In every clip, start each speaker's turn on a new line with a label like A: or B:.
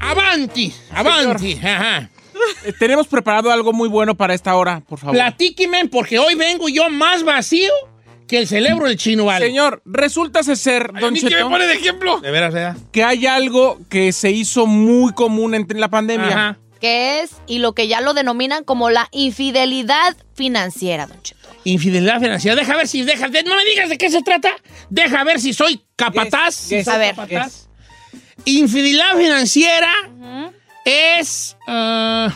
A: Avanti, avanti. Ajá.
B: Eh, Tenemos preparado algo muy bueno para esta hora, por favor.
A: Platíqueme, porque hoy vengo yo más vacío que el cerebro del chino, ¿vale?
B: Señor, resulta ser, don Cheto,
A: de ejemplo? De veras, ¿verdad?
B: que hay algo que se hizo muy común entre la pandemia.
A: Ajá.
C: que es y lo que ya lo denominan como la infidelidad financiera, don Cheto.
A: Infidelidad financiera. Deja ver si deja. de- no me digas de qué se trata. Deja ver si soy capataz.
B: Yes,
A: si
B: yes,
A: soy
C: A ver.
A: capataz. Infidelidad financiera es ah,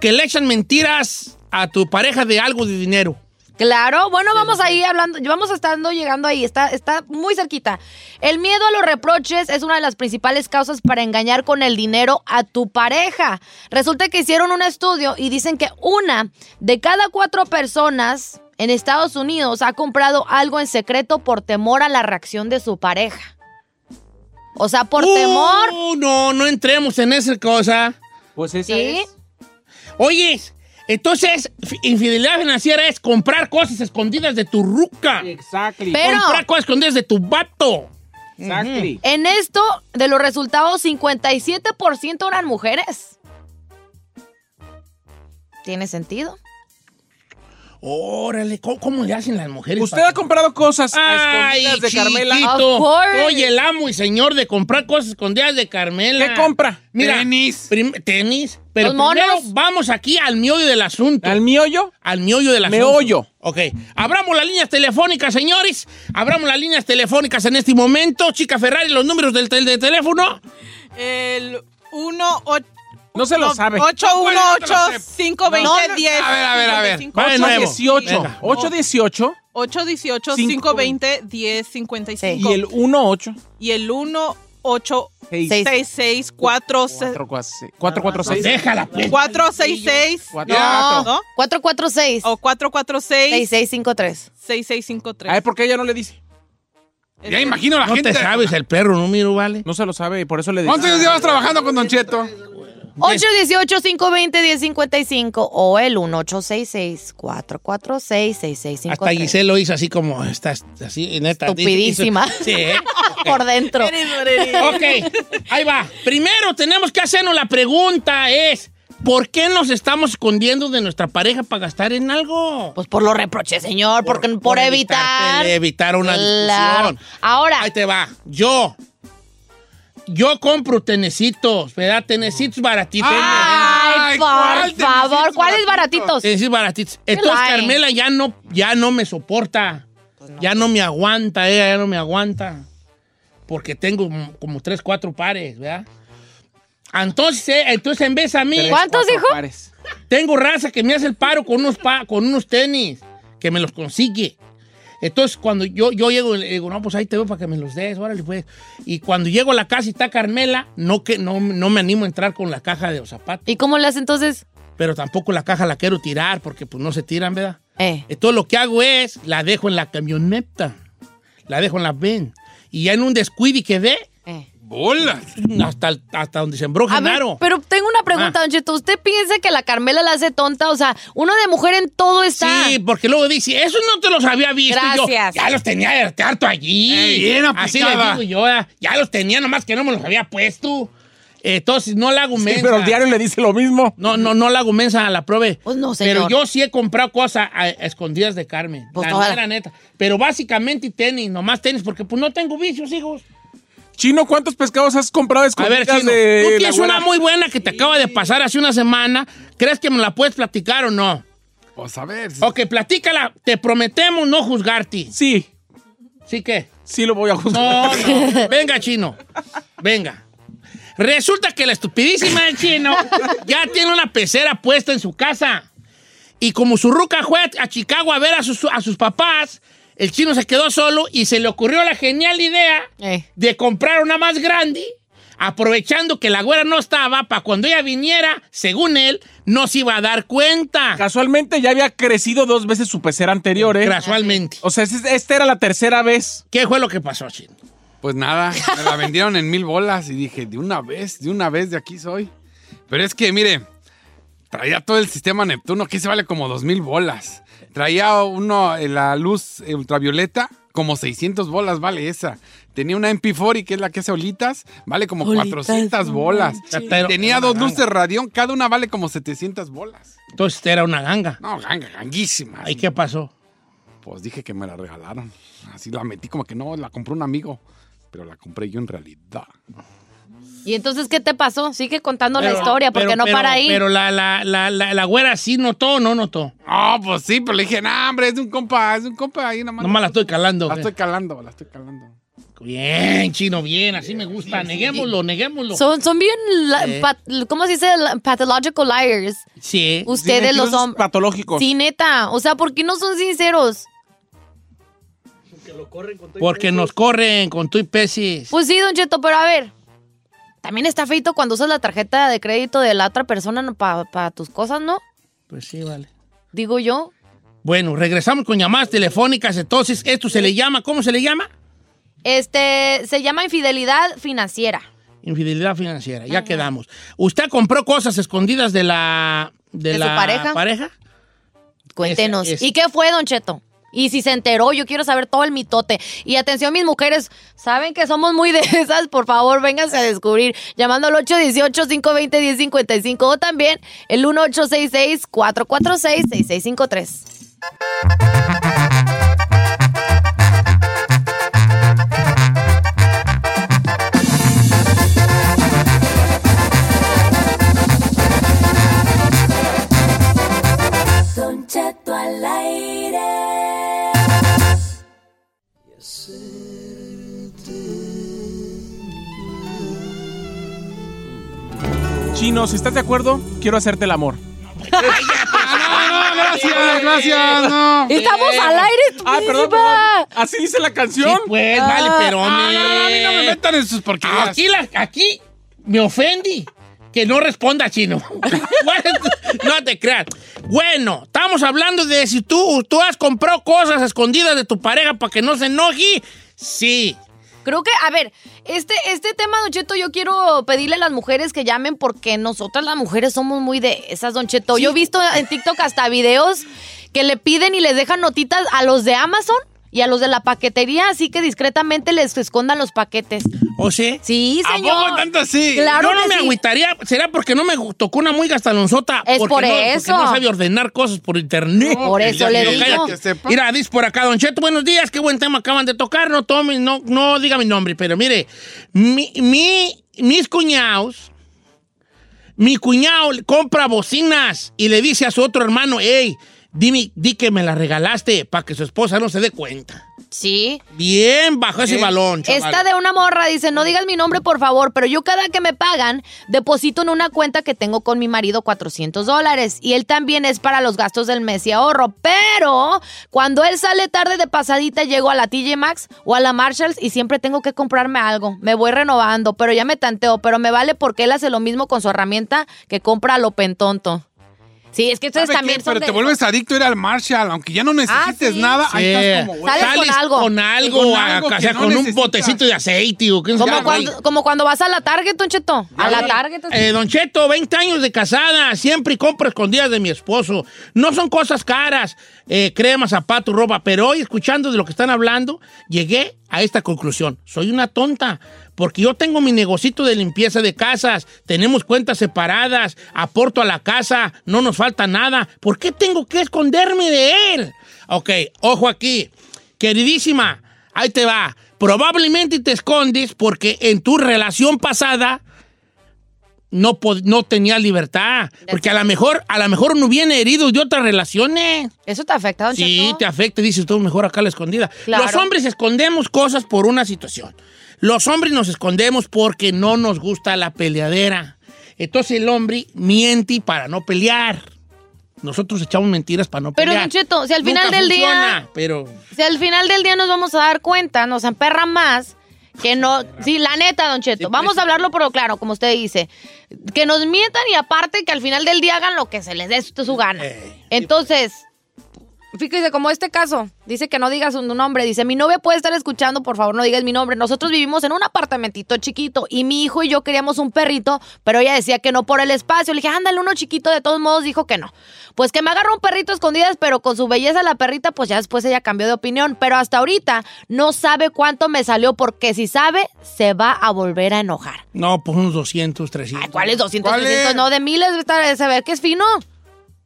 A: que le echan mentiras a tu pareja de algo de dinero.
C: Claro, bueno, vamos ahí hablando, vamos estando llegando ahí, está, está muy cerquita. El miedo a los reproches es una de las principales causas para engañar con el dinero a tu pareja. Resulta que hicieron un estudio y dicen que una de cada cuatro personas en Estados Unidos ha comprado algo en secreto por temor a la reacción de su pareja. O sea, por
A: Uh,
C: temor.
A: No, no entremos en esa cosa.
B: Pues
C: Sí.
B: esa es.
A: Oye, entonces, fi- infidelidad financiera es comprar cosas escondidas de tu ruca.
B: Exactly.
C: Pero-
A: Comprar cosas escondidas de tu vato.
B: exactly.
C: En esto, de los resultados, 57% eran mujeres. ¿Tiene sentido?
A: Órale, ¿cómo, cómo le hacen las mujeres?
B: Usted ha comprado cosas a
A: Ay,
B: escondidas de Carmela.
C: chiquito.
A: chiquito.
C: Of course.
A: Oye, el amo y señor de comprar cosas escondidas de Carmela.
B: ¿Qué compra?
A: Mira,
B: Tenis.
A: prim- tenis. Pero
C: Los
A: primero
C: monos.
A: vamos aquí al meollo del asunto.
B: ¿Al miollo?
A: al miollo del asunto.
B: Meollo.
A: Ok. Abramos las líneas telefónicas, señores. Abramos las líneas telefónicas en este momento. Chica Ferrari, los números del, tel- del teléfono.
D: El 1 8
B: No se lo sabe.
D: 8 1 8 5 20
C: No, no,
D: 10
B: A ver, a ver, a ver.
A: Va de nuevo.
B: 818.
A: Venga.
B: 818
D: 8 18
B: Cinco.
D: 5 20 10 55
B: y el 18.
D: y el 1 8
B: Seis.
D: 6 6 4
B: Cuatro, cuatro, seis. Cuatro, cuatro, seis.
A: Déjala, pues.
D: 4 6 6
B: Cuatro.
C: No.
D: ¿no?
C: 446
D: o 4 4 6
C: 6653.
D: 6 6 5
B: A ver,
D: 3
B: ¿por qué ella no le dice?
E: Ya imagino a la
A: No
E: gente.
A: te sabes el perro número, ¿vale?
B: No se lo sabe y por eso le dice.
E: ¿Cuántos años llevas trabajando con Don Cheto?
C: 818-520-1055 o el 1866-446-6653.
A: Hasta Giselle lo hizo así como estás, así, neta. dice-
C: Estupidísima.
A: hizo- Sí, ¿eh?
C: Por dentro.
A: Ok, ahí va. Primero tenemos que hacernos la pregunta es, ¿por qué nos estamos escondiendo de nuestra pareja para gastar en algo?
C: Pues por los reproches, señor, por, por, evitar.
A: evitarte, Evitar una
C: Claro.
A: discusión.
C: Ahora,
A: Ahí te va. Yo. Yo compro tenecitos, ¿verdad? Tenecitos baratitos.
C: ay,
E: Ay,
C: por
E: ¿cuál de mis
C: favor, pues,
E: hijos
C: ¿cuáles
E: baratitos?
C: baratitos?
A: Tenecitos baratitos. Entonces
C: lying.
A: Carmela ya no, ya no me soporta. Ya no me aguanta, ella ya no me aguanta. Porque tengo como- como tres, cuatro pares, ¿verdad? Entonces, eh, entonces en vez a mí,
B: Tres,
C: ¿Cuántos
B: cuatro
C: dijo?
B: pares.
A: tengo raza que me hace el paro con unos, pa- con unos tenis, que me los consigue. Entonces, cuando yo, yo llego, le digo, no, pues ahí te veo para que me los des, órale, pues. Y cuando llego a la casa y está Carmela, no, que, no, no me animo a entrar con la caja de los zapatos,
C: ¿Y cómo le hace entonces?
A: pero tampoco la caja la quiero tirar porque pues no se tiran, ¿verdad?
C: Eh.
A: Entonces, lo que hago es, la dejo en la camioneta, la dejo en la ven. Y ya en un descuido y quedé
C: eh.
E: ¡Bolas!
A: hasta, el- hasta donde sembró
C: A ver,
A: Genaro.
C: pero tengo una pregunta,
A: Ah.
C: Don Cheto. ¿Usted piensa que la Carmela la hace tonta? O sea, uno de mujer en todo está.
A: Sí, porque luego dice, eso no te los había visto. Y yo,
C: Gracias.
A: ya los tenía de harto allí.
E: Ey, bien
A: Así le
E: aplicada.
A: "Ah, digo yo, ya los tenía, nomás que no me los había puesto. Entonces, no la hago mensa.
B: pero el diario le dice lo mismo.
A: No, no, no la hago mensa a la prove.
C: Pues no, señor.
A: Pero yo sí he comprado cosas a, a escondidas de Carmen.
C: Pues
A: la
C: toda la-
A: mera neta. Pero básicamente tenis, nomás tenis, porque pues no tengo vicios, hijos.
B: Chino, ¿cuántos pescados has comprado
A: A ver,
B: escondidas
A: Chino,
B: de
A: tú
B: la
A: tienes
B: abuela?
A: una muy buena que te acaba de pasar hace una semana. ¿Crees que me la puedes platicar o no?
E: Pues a ver.
A: Ok, platícala. Te prometemos no juzgarte.
B: Sí,
A: ¿Sí que?
B: sí lo voy a juzgar.
A: No, no. Venga, chino. Venga. Resulta que la estupidísima del chino ya tiene una pecera puesta en su casa. Y como su ruca fue a- a Chicago a ver a sus, a sus papás, el chino se quedó solo y se le ocurrió la genial idea
C: Eh.
A: de comprar una más grande, aprovechando que la güera no estaba, para cuando ella viniera, según él, no se iba a dar cuenta.
B: Casualmente ya había crecido dos veces su pecera anterior, ¿eh?
A: Casualmente.
B: O sea, es- esta era la tercera vez.
A: ¿Qué fue lo que pasó, chino?
E: Pues nada, me la vendieron en mil bolas y dije, de una vez, de una vez de aquí soy. Pero es que, mire, traía todo el sistema Neptuno, que se vale como dos mil bolas. Traía uno, eh, la luz eh, ultravioleta, como 600 bolas vale esa. Tenía una MP40, que es la que hace olitas, vale como 400 bolas.
A: manches.
E: Tenía dos
A: Era una
E: luces radión, cada una vale como 700 bolas.
A: Entonces era una ganga.
E: No, ganga, ganguísimas.
A: ¿Y qué pasó?
E: Pues dije que me la regalaron. Así la metí como que no, la compró un amigo. Pero la compré yo en realidad.
C: ¿Y entonces qué te pasó? Sigue contando la
A: Pero-
C: historia, porque
A: pero-
C: no
A: pero-
C: para ahí.
A: Pero la, la, la, la, la güera sí notó o no notó.
E: Ah, pues sí, pero le dije, no, hombre, es de un compa, es de un compa ahí nomás.
A: Nomás la estoy calando.
E: La estoy calando, la estoy calando.
A: Bien, chino, bien, así me gusta. neguémoslo, neguémoslo.
C: son, son bien, la- pat- ¿cómo se dice? La- Pathological liars.
A: sí. ¿eh?
C: Ustedes los
B: Mentirosos
C: hombres.
B: Patológicos.
C: Sí, neta. O sea, ¿por qué no son sinceros?
A: Porque nos corren con tu y pesis.
C: Pues sí, Don Cheto, pero a ver. También está feito cuando usas la tarjeta de crédito de la otra persona para tus cosas, ¿no?
A: Pues sí, vale.
C: Digo yo.
A: Bueno, regresamos con llamadas telefónicas. Entonces, esto se le llama, ¿cómo se le llama?
C: Este, se llama infidelidad financiera.
A: Infidelidad financiera. Ya quedamos. ¿Usted compró cosas escondidas de la. de,
C: ¿De su
A: la
C: pareja? Cuéntenos.
A: Esa es.
C: ¿Y qué fue, Don Cheto? Y si se enteró, yo quiero saber todo el mitote. Y atención, mis mujeres, saben que somos muy de esas, por favor, vénganse a descubrir. Llamando al 818-520-1055 o también el 1866-446-6653.
B: Chino, si estás de acuerdo, quiero hacerte el amor.
E: Ah, no, gracias, gracias, no.
C: ¡Estamos al aire,
B: Ah, perdón,
C: estupidísima!
B: perdón. Así dice la
A: Sí,
B: canción.
A: pues, vale, pero.
E: Ah,
A: hombre.
E: no, no, a mí no me metan en sus porquerías.
A: Aquí, la- aquí me ofendí que no responda chino. What? no te creas. Bueno, estamos hablando de si tú, tú has comprado cosas escondidas de tu pareja para que no se enoje. Sí.
C: Creo que, a ver, este, este tema, Don Cheto, yo quiero pedirle a las mujeres que llamen porque nosotras las mujeres somos muy de esas, Don Cheto. Yo he visto en TikTok hasta videos que le piden y les dejan notitas a los de Amazon y a los de la paquetería, así que discretamente les escondan los paquetes.
A: ¿O sí?
C: Sí,
E: ¿A
C: señor.
E: poco tanto así?
C: Claro
A: Yo no
C: que
A: me
C: sí.
A: agüitaría. ¿Será porque no me tocó una muy gastalonzota?
C: Es
A: porque
C: por
A: no,
C: eso.
A: Porque no sabe ordenar cosas por internet.
C: Por
E: que
C: eso
E: ya
C: le
E: quiero
C: digo.
E: que sepa.
A: Mira, dice por acá, Don Cheto, buenos días, qué buen tema acaban de tocar, no tome, no, no diga mi nombre, pero mire, mi, mi- mis cuñados, mi cuñado le compra bocinas y le dice a su otro hermano, hey, dime, di que me la regalaste para que su esposa no se dé cuenta.
C: Sí.
A: Bien, bajo
C: Eh,
A: ese balón, chaval.
C: Esta de una morra dice, no digas mi nombre, por favor, pero yo cada que me pagan, deposito en una cuenta que tengo con mi marido 400 dólares y él también es para los gastos del mes y ahorro, pero cuando él sale tarde de pasadita, llego a la TJ Maxx o a la Marshalls y siempre tengo que comprarme algo. Me voy renovando, pero ya me tanteo, pero me vale porque él hace lo mismo con su herramienta que compra a lo pentonto. Sí, es que ustedes
E: ¿Sabe qué?
C: también son
E: Pero
C: de- Ah,
E: te vuelves adicto a ir al Marshall, aunque ya no necesites
C: sí.
E: nada, ahí
A: Sí.
E: estás como güey.
C: Sales con algo.
A: con algo,
E: Con
A: a-
E: algo
A: o
E: que
A: sea,
E: no
A: con un
E: necesitas.
A: botecito de aceite o quién
C: Como
A: sabe.
C: cuando, como cuando vas a la Target, Don Cheto. A la Target.
A: Eh, don Cheto, 20 años de casada, siempre compro escondidas de mi esposo. No son cosas caras, eh, crema, zapato, ropa, pero hoy escuchando de lo que están hablando, llegué a esta conclusión. Soy una tonta, Porque yo tengo mi negocito de limpieza de casas, tenemos cuentas separadas, aporto a la casa, no nos falta nada. ¿Por qué tengo que esconderme de él? Ok, ojo aquí. Queridísima, ahí te va. Probablemente te escondes porque en tu relación pasada no, pod- no tenía libertad. Porque a lo mejor, a lo mejor uno viene herido de otras relaciones.
C: ¿Eso te afecta, don
A: Sí,
C: Cheto?
A: te afecta, dices tú, mejor acá a la escondida.
C: Claro.
A: Los hombres escondemos cosas por una situación. Los hombres nos escondemos porque no nos gusta la peleadera. Entonces el hombre miente para no pelear. Nosotros echamos mentiras para no
C: Pero,
A: pelear.
C: don Cheto, si al final
A: Nunca
C: del
A: funciona,
C: día-
A: Pero
C: Si al final del día nos vamos a dar cuenta, nos emperra más que no. Sí, la neta, Don Cheto.
A: Sí,
C: vamos
A: pues.
C: a hablarlo, pero claro, como usted dice. Que nos mientan y aparte que al final del día hagan lo que se les dé su su gana.
A: Eh,
C: Entonces, fíjese, como este caso, dice que no digas un nombre. Dice: Mi novia puede estar escuchando, por favor, no digas mi nombre. Nosotros vivimos en un apartamentito chiquito y mi hijo y yo queríamos un perrito, pero ella decía que no por el espacio. Le dije: Ándale, uno chiquito, de todos modos dijo que no. Pues que me agarró un perrito a escondidas, pero con su belleza la perrita, pues ya después ella cambió de opinión. Pero hasta ahorita no sabe cuánto me salió, porque si sabe, se va a volver a enojar.
A: no, pues unos 200, 300.
C: Ay, ¿cuáles 200,
E: ¿Cuál es?
C: 300? No, de miles, de saber que es fino.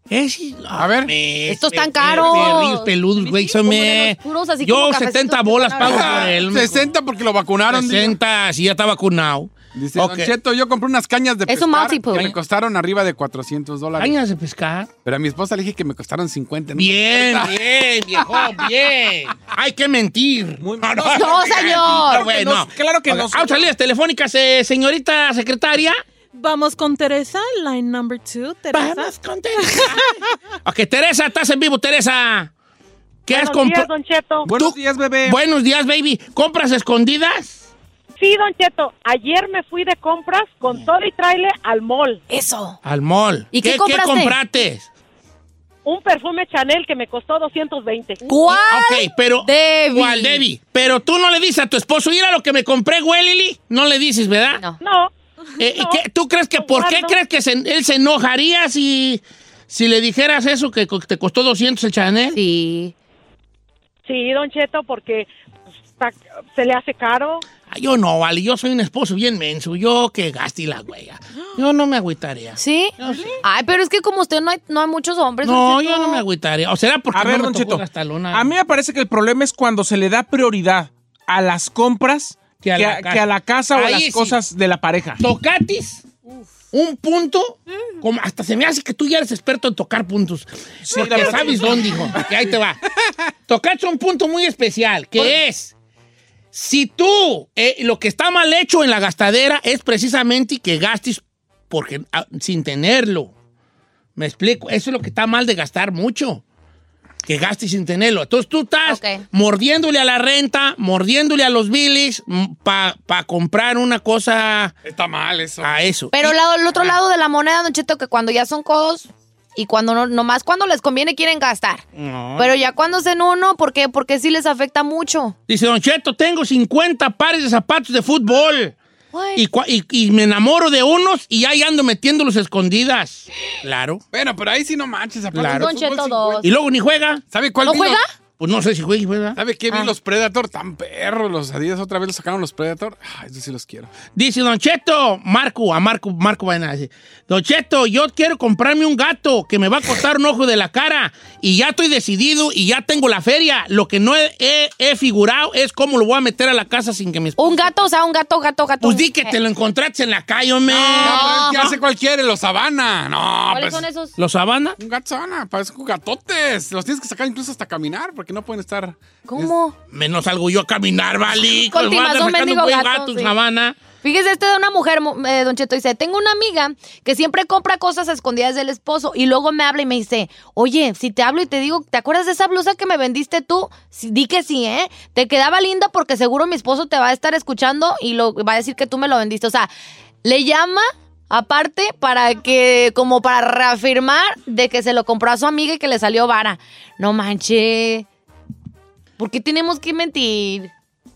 A: Es-
E: A ver.
A: me-
C: Estos tan
A: me-
C: caros.
A: Perrillos peludos, güey.
C: Sí,
A: son
C: como
A: me-
C: de los puros, así como
A: Yo
C: cafecitos
A: 70
C: que
A: bolas
C: están
A: pago por
C: ahora.
A: él.
E: 60 porque lo vacunaron. digo.
A: 60, si ya está vacunado.
E: Dice,
A: Ok.
E: "Don Cheto, yo compré unas cañas de
C: Es un
E: pescar
C: multiple.
E: que me costaron arriba de 400 dólares.
A: Cañas de pescar.
E: Pero a mi esposa le dije que me costaron 50. ¿no?
A: Bien, bien, viejo, bien. Hay que mentir.
B: Muy-
C: No, señor.
A: No, güey, no.
B: Claro que no, claro que
A: Ok,
B: no,
A: Vamos a líneas telefónicas, eh, señorita secretaria.
D: Vamos con Teresa, line number two. Teresa.
A: Vamos con Teresa. ok, Teresa, estás en vivo, Teresa. ¿Qué has
F: Buenos días,
A: comprado?
F: Don Cheto.
B: Buenos
A: Tú-
B: días, bebé.
A: Buenos días, baby. ¿Compras escondidas?
F: Sí, Don Cheto. Ayer me fui de compras
B: Mm.
F: con todo y trailer al mall.
C: Eso.
A: Al mall.
C: ¿Y qué
A: ¿Qué
C: compraste?
A: compraste?
F: Un perfume Chanel que me costó 220.
C: ¿Cuál?
A: Ok, pero.
C: Debbie?
A: ¿Cuál, Debbie? Pero tú no le dices a tu esposo, mira lo que me compré, güey, Lili. No le dices, ¿verdad?
C: No.
F: No.
A: Eh,
F: no,
A: ¿qué- ¿Tú crees que
F: lo
A: por qué
F: guardo.
A: crees que se- él se enojaría si, si le dijeras eso que co- te costó 200 el Chanel?
C: Sí.
F: Sí, Don Cheto, porque pues, está- se le hace caro.
A: Ah, Yo no, vale, yo soy un esposo bien menso, yo que gaste la huella. Yo no me agüitaría.
C: ¿Sí?
A: No, sé.
C: Ay, pero es que como usted no hay, no hay muchos hombres.
A: No,
C: don Cheto.
A: yo no me agüitaría. O será porque
B: A ver,
A: no me
B: Don
A: tocó
B: Cheto.
A: gastalona.
B: A mí me parece que el problema es cuando se le da prioridad a las compras que a, que a la casa o a
A: Ahí
B: las
A: sí.
B: cosas de la pareja.
A: Tocatis, un punto, como hasta se me hace que tú ya eres experto en tocar puntos.
B: la
A: porque
B: verdad
A: sabes dónde, hijo. Que ahí te va. Tocatis un punto muy especial, que es. Si tú, eh, lo que está mal hecho en la gastadera es precisamente que gastes porque, ah, sin tenerlo. Me explico, eso es lo que está mal de gastar mucho. Que gastes sin tenerlo. Entonces tú estás
C: Ok.
A: mordiéndole a la renta, mordiéndole a los bilis para comprar una cosa
E: Está mal eso.
A: a eso.
C: Pero
A: Y-
C: la- el otro lado de la moneda, Don Cheto, que cuando ya son codos y cuando no, nomás cuando les conviene quieren gastar.
A: No.
C: Pero ya cuando se en uno, ¿por qué? Porque sí les afecta mucho.
A: Dice Don Cheto, tengo 50 pares de zapatos de fútbol. Y, cua- y- y me enamoro de unos y ahí ando metiéndolos escondidas. Claro.
E: Bueno, pero ahí sí no manches. zapatos
A: Claro.
E: de
C: Don Cheto,
E: fútbol,
C: dos.
E: 50.
A: Y luego ni juega.
E: ¿Sabe cuál
C: ¿No
E: vi
C: juega?
E: los-
A: Pues no sé si juega. juega.
E: ¿Sabe qué? Vi
C: Ah.
E: los Predator tan perros. Los Adidas otra vez los sacaron los Predator. Ay, eso sí los quiero.
A: Dice Don Cheto, Marco, a Marco, Marco Vaina. dice, Don Cheto, yo quiero comprarme un gato que me va a costar un ojo de la cara. Y ya estoy decidido y ya tengo la feria. Lo que no he, he- he figurado es cómo lo voy a meter a la casa sin que mis...
C: Un gato, o sea, un gato, gato, gato. Eh,
A: Pues di que te lo encontraste en la calle, hombre.
E: No, pero ¿qué hace cualquiera? Los Sabana. No,
C: ¿Cuáles
E: pues.
C: son esos?
A: ¿Los sabana?
E: Un gatzana, parecen gatotes. Los tienes que sacar incluso hasta caminar porque no pueden estar.
C: ¿Cómo?
A: Menos salgo yo a caminar, vale.
C: Con
A: Pues voy a andar
C: timazón,
A: sacando
C: mendigo
A: un buen
C: gato,
A: gato en
C: sí.
A: sabana.
C: Fíjese, este de una mujer, mo- eh, Don Cheto, dice, tengo una amiga que siempre compra cosas a escondidas del esposo y luego me habla y me dice, oye, si te hablo y te digo, ¿te acuerdas de esa blusa que me vendiste tú? Sí, di que sí, ¿eh? Te quedaba linda porque seguro mi esposo te va a estar escuchando y lo va a decir que tú me lo vendiste. O sea, le llama aparte para que, como para reafirmar de que se lo compró a su amiga y que le salió vara. No manche. ¿Por qué tenemos que mentir?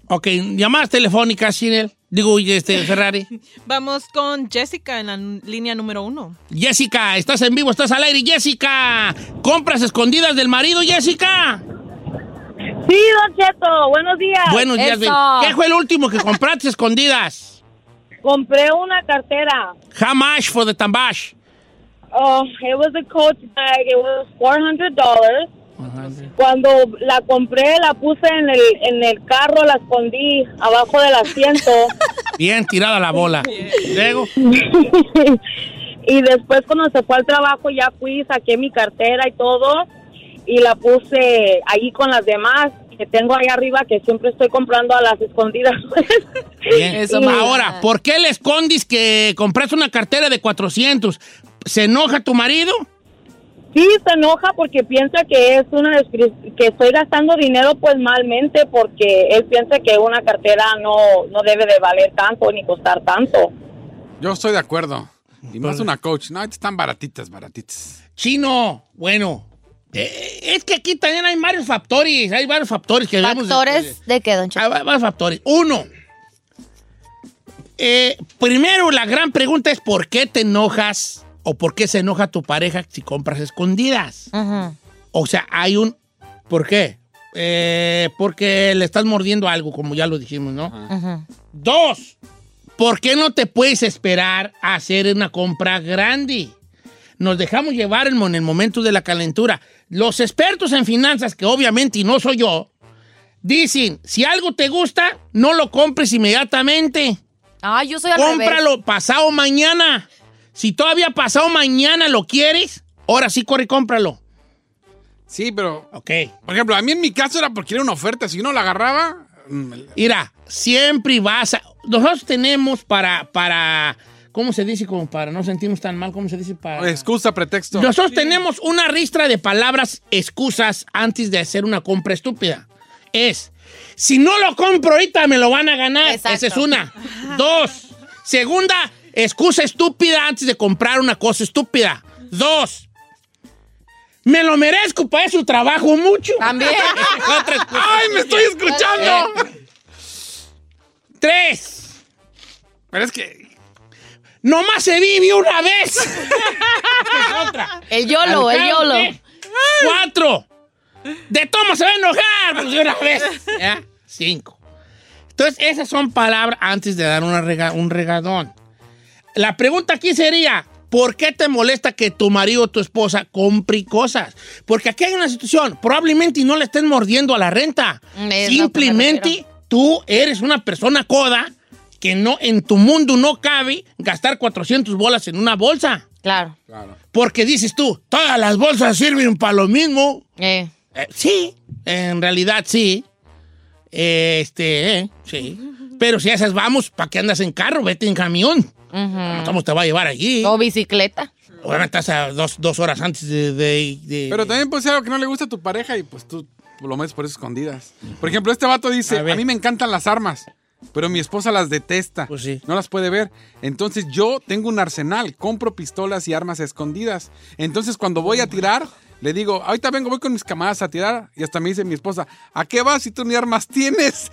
A: Ok, llamadas telefónicas, Chinel. Digo, oye, este, Ferrari.
D: Vamos con Jessica en la n- línea número uno.
A: Jessica, estás en vivo, estás al aire. Jessica, compras escondidas del marido, Jessica.
F: Sí, Don Cheto, buenos días.
A: Buenos días,
C: Eso.
A: baby. ¿Qué fue el último que compraste escondidas?
F: Compré una cartera.
A: How much for the tambash?
F: Oh, it was a Coach bag, it was $400. Cuando la compré, la puse en el, en el carro, la escondí abajo del asiento.
A: Bien tirada la bola. Luego,
F: y después cuando se fue al trabajo ya fui, saqué mi cartera y todo y la puse ahí con las demás que tengo ahí arriba que siempre estoy comprando a las escondidas.
A: bien.
C: Eso,
A: Y-
C: mamá.
A: Ahora, ¿por qué le escondís que compraste una cartera de 400? ¿Se enoja tu marido?
F: sí, se enoja porque piensa que es una descri- que estoy gastando dinero pues malmente porque él piensa que una cartera no no debe de valer tanto ni costar tanto.
E: Yo estoy de acuerdo. Y más una coach. No, están baratitas, baratitas.
A: Chino, bueno. eh, es que aquí también hay varios factores. Hay varios factores que debemos de-
C: ¿Factores de qué, Don Cheto?
A: Hay Ah, va- varios factores. Uno, eh, primero la gran pregunta es ¿por qué te enojas o por qué se enoja tu pareja si compras escondidas?
C: Ujú.
A: O sea, hay un... ¿Por qué? Eh, porque le estás mordiendo algo, como ya lo dijimos, ¿no?
C: Ujú.
A: Dos, ¿por qué no te puedes esperar a hacer una compra grande? Nos dejamos llevar en mo- en el momento de la calentura. Los expertos en finanzas, que obviamente no soy yo, dicen, si algo te gusta, no lo compres inmediatamente.
C: Ah, yo soy al revés.
A: Cómpralo pasado mañana. Si todavía pasado mañana lo quieres, ahora sí corre y cómpralo.
E: Sí, pero.
A: Ok.
E: Por ejemplo, a mí en mi caso era porque era una oferta. Si yo no la agarraba. mm,
A: Mira, siempre vas a... Nosotros tenemos para... para ¿Cómo se dice? Como para no sentirnos tan mal. ¿Cómo se dice? Para...
E: Excusa, pretexto.
A: Nosotros tenemos una ristra de palabras excusas antes de hacer una compra estúpida. Es, si no lo compro ahorita me lo van a ganar.
C: Exacto.
A: Esa es una. Dos, segunda, excusa estúpida antes de comprar una cosa estúpida. Dos, me lo merezco para eso trabajo mucho.
C: También.
A: Otra excusa.
E: ¡Ay, me estoy escuchando!
A: Tres,
E: Pero es que.
A: nomás se vive una vez. Esa es otra.
C: El YOLO, el YOLO.
A: Alcance. Cuatro. De toma se va a enojar. Pues de una vez. ¿Ya? Cinco. Entonces, esas son palabras antes de dar una rega- un regadón. La pregunta aquí sería, ¿por qué te molesta que tu marido o tu esposa compre cosas? Porque aquí hay una situación, probablemente no le estén mordiendo a la renta.
C: Mm, es lo que me
A: Simplemente
C: refiero.
A: tú eres una persona coda que no en tu mundo no cabe gastar 400 bolas en una bolsa.
C: Claro.
E: Claro.
A: Porque dices tú, todas las bolsas sirven para lo mismo.
C: Eh.
A: Eh, sí, en realidad sí. Eh, este, eh, sí. Pero si a esas vamos, ¿para qué andas en carro? Vete en camión.
C: ujú.
A: ¿Cómo te va a llevar allí?
C: O bicicleta.
A: Ahora estás a dos, dos horas antes de... de- de-
E: Pero también puede ser algo que no le gusta a tu pareja y pues tú lo metes por eso escondidas. Por ejemplo, este vato dice,
A: A
E: a,
A: ver.
E: mí me encantan las armas, pero mi esposa las detesta.
A: Pues sí.
E: No las puede ver. Entonces yo tengo un arsenal, compro pistolas y armas escondidas. Entonces cuando voy a tirar, le digo, ahorita vengo, voy con mis camaradas a tirar. Y hasta me dice mi esposa, ¿a qué vas si tú ni armas tienes?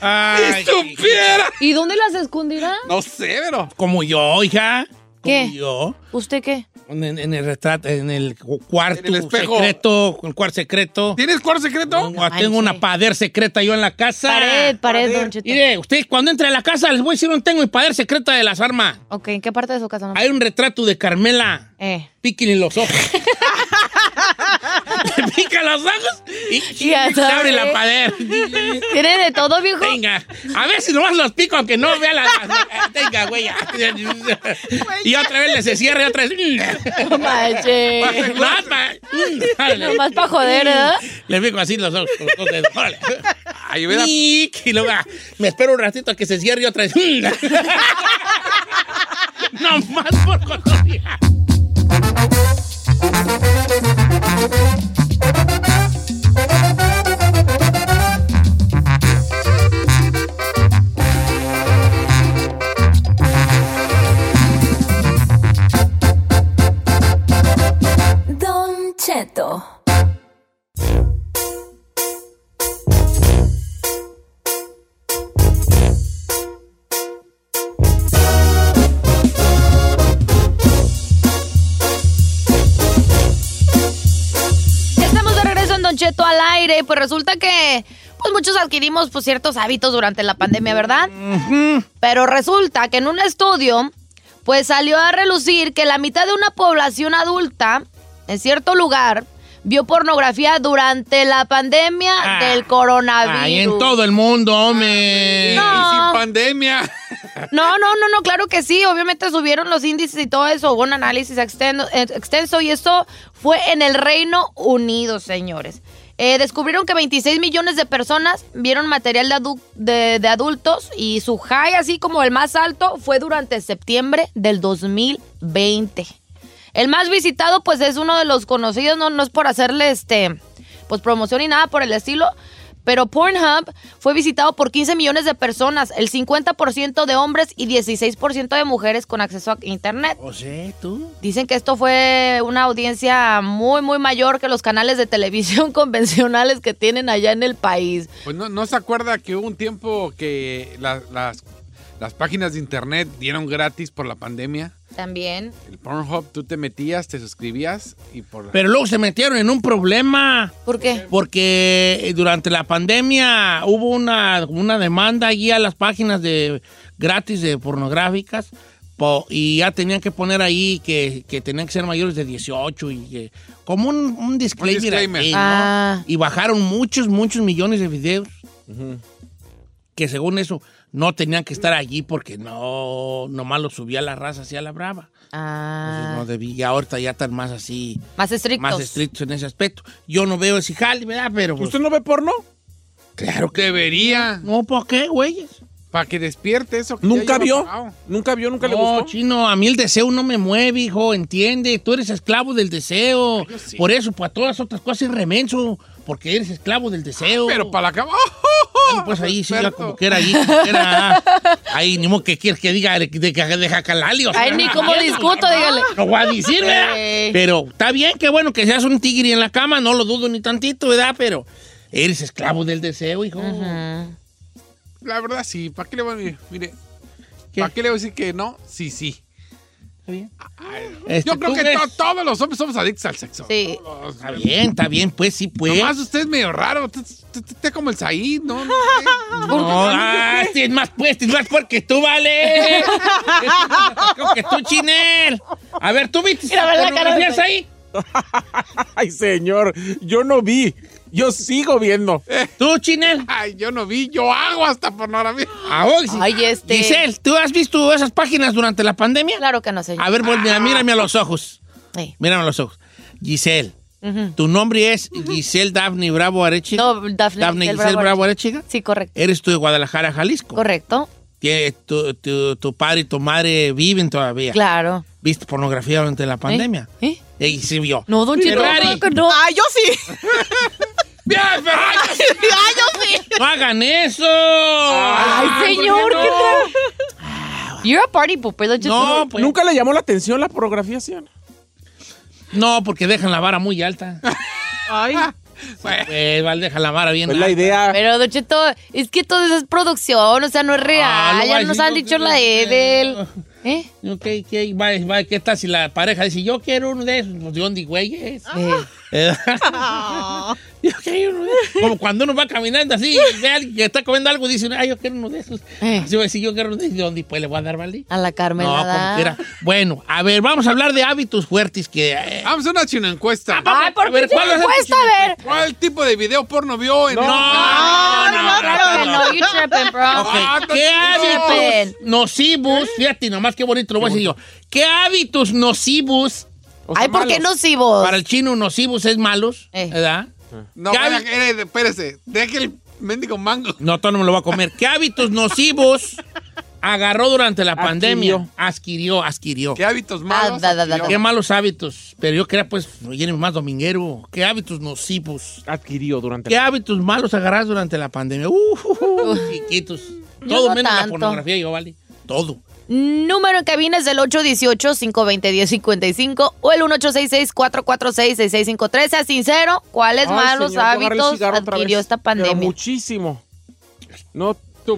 E: ¡Si
A: Ay,
E: supiera!
C: ¿Y dónde las escondirá?
E: No sé, pero...
A: Como yo, hija. Como
C: ¿Qué?
A: yo.
C: ¿Usted qué?
A: En, en el retrato, en el cu- cuarto
E: En el espejo.
A: secreto, el cuarto secreto.
E: ¿Tienes cuarto secreto?
A: Tengo- Tengo una pader secreta yo en la casa.
C: Pared, pared, Don Cheto.
A: Mire, ustedes cuando entre a la casa les voy a decir dónde tengo mi pader secreta de las armas.
C: Ok, ¿en qué parte de su casa no?
A: Hay un retrato de Carmela.
C: Eh.
A: Píquenle los ojos. Le pica los ojos y,
C: Ya
A: se abre
C: sabe.
A: la pader.
C: ¿Tiene de todo, viejo?
A: Venga, a ver si nomás los pico aunque no vea la... Venga, güey. ya. y otra vez le se cierra y otra vez... mm.
C: No manches.
A: No, pa- mm, Órale. Mm.
C: Nomás para joder, ¿verdad?
A: Le pico así los ojos. con los dos dedos. Órale.
E: Ay, hubiera-
A: Nic, y luego, ah, me espero un ratito a que se cierre y otra vez. mm. no más por cotorrear.
G: Don Cheto.
C: Ya Estamos de regreso en Don Cheto al aire. Pues resulta que pues muchos adquirimos pues, ciertos hábitos durante la pandemia, ¿verdad? Pero resulta que en un estudio, pues salió a relucir que la mitad de una población adulta en cierto lugar vio pornografía durante la pandemia
A: Ah,
C: del coronavirus.
A: Ahí en todo el mundo, hombre.
C: No.
E: Sin pandemia.
C: No, no, no, no, claro que sí. Obviamente subieron los índices y todo eso. Hubo un análisis extendo- eh, extenso y esto fue en el Reino Unido, señores. Eh, descubrieron que 26 millones de personas vieron material de, adu- de- de adultos y su high, así como el más alto, fue durante septiembre del 2020. El más visitado, pues, es uno de los conocidos, no, no es por hacerle este, pues, promoción ni nada por el estilo, pero Pornhub fue visitado por 15 millones de personas, el 50% de hombres y 16% de mujeres con acceso a internet.
A: O sea, tú.
C: Dicen que esto fue una audiencia muy, muy mayor que los canales de televisión convencionales que tienen allá en el país.
E: Pues no, no se acuerda que hubo un tiempo que la- las, las páginas de internet dieron gratis por la pandemia.
C: También.
E: El Pornhub, tú te metías, te suscribías y por...
A: Pero luego se metieron en un problema.
C: ¿Por qué?
A: Porque eh, durante la pandemia hubo una, una demanda allí a las páginas de gratis de pornográficas po- y ya tenían que poner ahí que, que tenían que ser mayores de 18 y que- como un, un disclaimer.
E: Un disclaimer.
A: ahí, ¿no?
C: Ah.
A: Y bajaron muchos, muchos millones de videos que según eso no tenían que estar allí porque no, nomás lo subía la raza hacia la brava. Entonces,
C: Ah.
A: no debí, ya ahorita ya están más así,
C: Más estrictos.
A: más estrictos en ese aspecto. Yo no veo ese jale, ¿verdad? Pero pues,
B: ¿Usted no ve porno?
A: claro que
E: Debería.
A: no, ¿por qué, güeyes?
E: Para que despierte eso. que ya
B: ¿Nunca
E: lleva
B: vio?
E: apagado.
B: ¿Nunca vio? ¿Nunca le
A: No,
B: gustó?
A: chino, a mí el deseo no me mueve, hijo, entiende. Tú eres esclavo del deseo. Por eso, para todas otras cosas es remenso, porque eres esclavo del deseo.
E: Pero para oh, la cama.
A: Bueno, pues ahí sí, ya como que era ahí, como que era. Ahí, ni modo que quieres que diga de, de, de jacalali. o sea,
C: Ay, ni cómo discuto, dígale.
A: No voy a decir, ¿verdad?
C: Ey.
A: Pero está bien, que bueno que seas un tigre en la cama, no lo dudo ni tantito, ¿verdad? Pero eres esclavo del deseo, hijo.
E: La verdad sí, ¿para qué le voy a decir? Mire,
A: ¿Qué?
E: ¿para qué le voy a decir que no? Sí, sí.
A: Está bien.
E: Yo
A: Este,
E: creo
A: ¿tú
E: que
A: crees?
E: to- todos los hombres somos adictos al sexo.
C: Sí.
E: Todos.
A: Está bien, está bien, pues sí, pues.
E: Nomás usted es medio raro. Usted- Usted usted como el Said, ¿no? no sé.
A: No, ah, este es más pues, este es más porque tú, vale. Este es más atacado que tú, Chinel. A ver, ¿tú viste
C: Mira, ve la cara de
A: pornografías
C: Said.
A: ahí?
B: Ay, señor, yo no vi. Yo sigo viendo.
E: Eh,
A: ¿Tú, Chinel?
E: Ay, yo no vi, yo hago hasta pornografía.
A: Ah, oh, sí.
C: Ay, este.
A: Giselle, ¿tú has visto esas páginas durante la pandemia?
C: Claro que no, señor.
A: A ver,
C: Ah.
A: vuelve, mírame a los ojos.
C: Sí.
A: Mírame a los ojos. Giselle, tu nombre es Giselle Daphne Bravo Arechiga.
C: No, Daphne Giselle
A: Giselle
C: Bravo
A: Bravo Arechiga.
C: Sí, correcto.
A: Eres tú de Guadalajara, Jalisco.
C: Correcto.
A: Tienes- Tu, tu- tu padre y tu madre viven todavía.
C: Claro.
A: ¿Viste pornografía durante la pandemia?
C: ¿Eh?
A: Y sí vio.
C: No, don Chito.
A: Ferrari.
C: claro que No.
D: ¡Ay, yo sí!
A: ¡Bien, Ferrari!
C: ¡Ay, yo sí!
A: ¡No hagan eso!
C: ¡Ay, señor! ¿Qué tal? You're a party pooper, don't you
A: No,
C: think?
A: pues,
B: ¿Nunca le llamó la atención la pornografía, señor?
A: no, porque dejan la vara muy alta.
D: ¡Ay!
A: Pues, vale, dejan la vara bien
B: Pues la
A: alta.
B: idea.
C: Pero, Don Cheto, es que todo eso es producción, o sea, no es
A: Ah,
C: real.
A: no va a
C: ya nos
A: decir,
C: han
A: no,
C: dicho
A: no,
C: la
A: no,
C: Edel. ¿Eh?
A: Ok, ¿qué, va, va, ¿qué tal si la pareja dice, yo quiero uno de esos? Pues, ¿de dónde, güeyes?
C: Eh,
A: Eh, yo quiero uno de esos. Como cuando uno va caminando así, y ve a alguien que está comiendo algo y dice, ay, yo quiero uno de esos.
C: Eh.
A: Así va a decir, yo quiero uno de esos. ¿De dónde? Pues le voy a dar, ¿vale?
C: A la Carmen.
A: No, como quiera. Bueno, a ver, vamos a hablar de hábitos fuertes que... eh,
E: Ah,
A: ah,
E: Vamos a una chino encuesta.
C: Ay,
A: A
C: ¿por
A: ver,
C: qué se
A: ¿cuál es el
C: me cuesta a ver?
E: ¿Cuál tipo de video porno vio en
A: no, no, no, no,
C: Carmen,
A: no, no.
C: no, you tripping, bro.
A: Ok,
E: Ah,
A: ¿Qué
E: no.
A: hábitos nocivos? Fíjate nomás qué bonito lo voy a decir yo. ¿Qué hábitos nocivos
B: o sea,
C: Ay, ¿por qué
B: malos.
C: nocivos?
A: para el chino nocivos es malos?
C: Eh.
A: ¿Verdad?
E: No,
A: ¿Qué
E: vaya,
A: hábito?
E: eh, espérese, deje el mendigo mango.
A: No, todo no me lo va a comer. ¿Qué hábitos nocivos agarró durante la pandemia? Adquirió, adquirió.
E: ¿Qué hábitos malos?
C: Ah, da, da, da,
E: adquirió?
A: Qué malos hábitos. Pero yo quería, pues, oye, más dominguero. ¿Qué hábitos nocivos?
B: Adquirió durante
A: ¿Qué
B: la...
A: hábitos malos agarras durante la pandemia? Uh, uh, uh, chiquitos. Todo
C: no
A: menos la
C: tanto.
A: pornografía, yo, vale. Todo.
C: Número en cabina es del 818-520-1055 o el 1866-446-6653. Sea sincero, ¿cuáles
B: Ay,
C: malos
B: señor, voy a agarrar el
C: hábitos
B: cigarro otra
C: adquirió
B: vez.
C: esta
B: Pero
C: pandemia?
B: muchísimo. No, tú.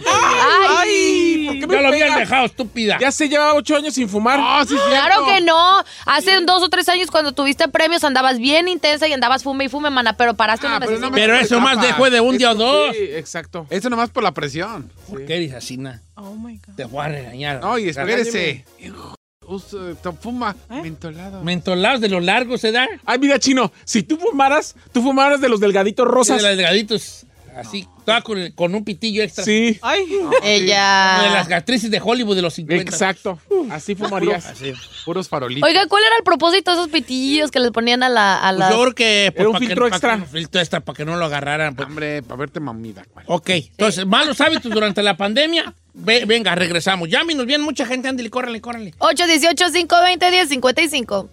C: ¡Ay!
B: ¿Por qué me
A: Ya lo habían
B: pega?
A: dejado, estúpida.
B: Ya se llevaba ocho años sin fumar.
E: Ah,
C: Claro que no. Hace dos o tres años cuando tuviste premios andabas bien intensa y andabas fume y fume, mana, pero paraste una
E: pero no
C: necesidad.
E: me-
A: Pero eso más dejó de un día o dos.
B: Sí, exacto.
E: Eso nomás por la presión.
A: ¿Por qué eres así, na?
D: Oh my God.
A: Te voy a regañar.
E: Ay, espérese. Uso- to- Fuma
C: ¿Eh?
E: mentolado.
A: Mentolados de los largos se da.
B: Ay, mira, chino, si tú fumaras, tú fumaras de los delgaditos
A: De
B: rosas.
A: los delgaditos. Así, toda con, el- con un pitillo extra.
B: Sí,
D: Ay.
A: Como De las
C: Ella.
A: actrices de Hollywood de los 50.
B: exacto. Así fumarías.
A: Uh. Así.
E: Puros farolitos.
C: Oiga, ¿cuál era el propósito de esos pitillos que les ponían a la... A
A: Pues
C: las-
A: yo creo que.
B: Era un
A: para que-
B: filtro
A: para
B: extra.
A: que- un filtro extra para que no lo agarraran. pues.
E: Hombre, para verte mamida. güey.
A: Ok, entonces, malos hábitos durante la pandemia. Ve- venga, regresamos. Llámenos bien, mucha gente. Ándale, córrele, córrele.
C: 818-520-1055.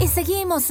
G: Y seguimos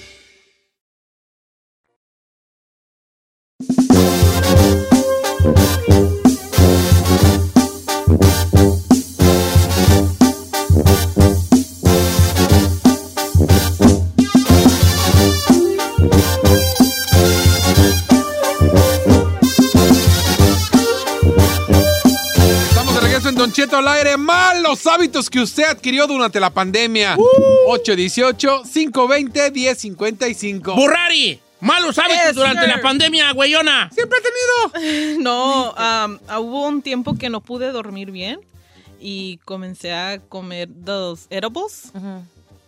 E: Estamos de regreso en Don Cheto al aire. Malos hábitos que usted adquirió durante la pandemia. 818-520-1055.
A: Burrari, malos hábitos
D: Yes,
A: durante
D: sir.
A: la pandemia, güeyona.
E: Siempre he tenido.
D: No, am, ah, hubo un tiempo que no pude dormir bien y comencé a comer los edibles.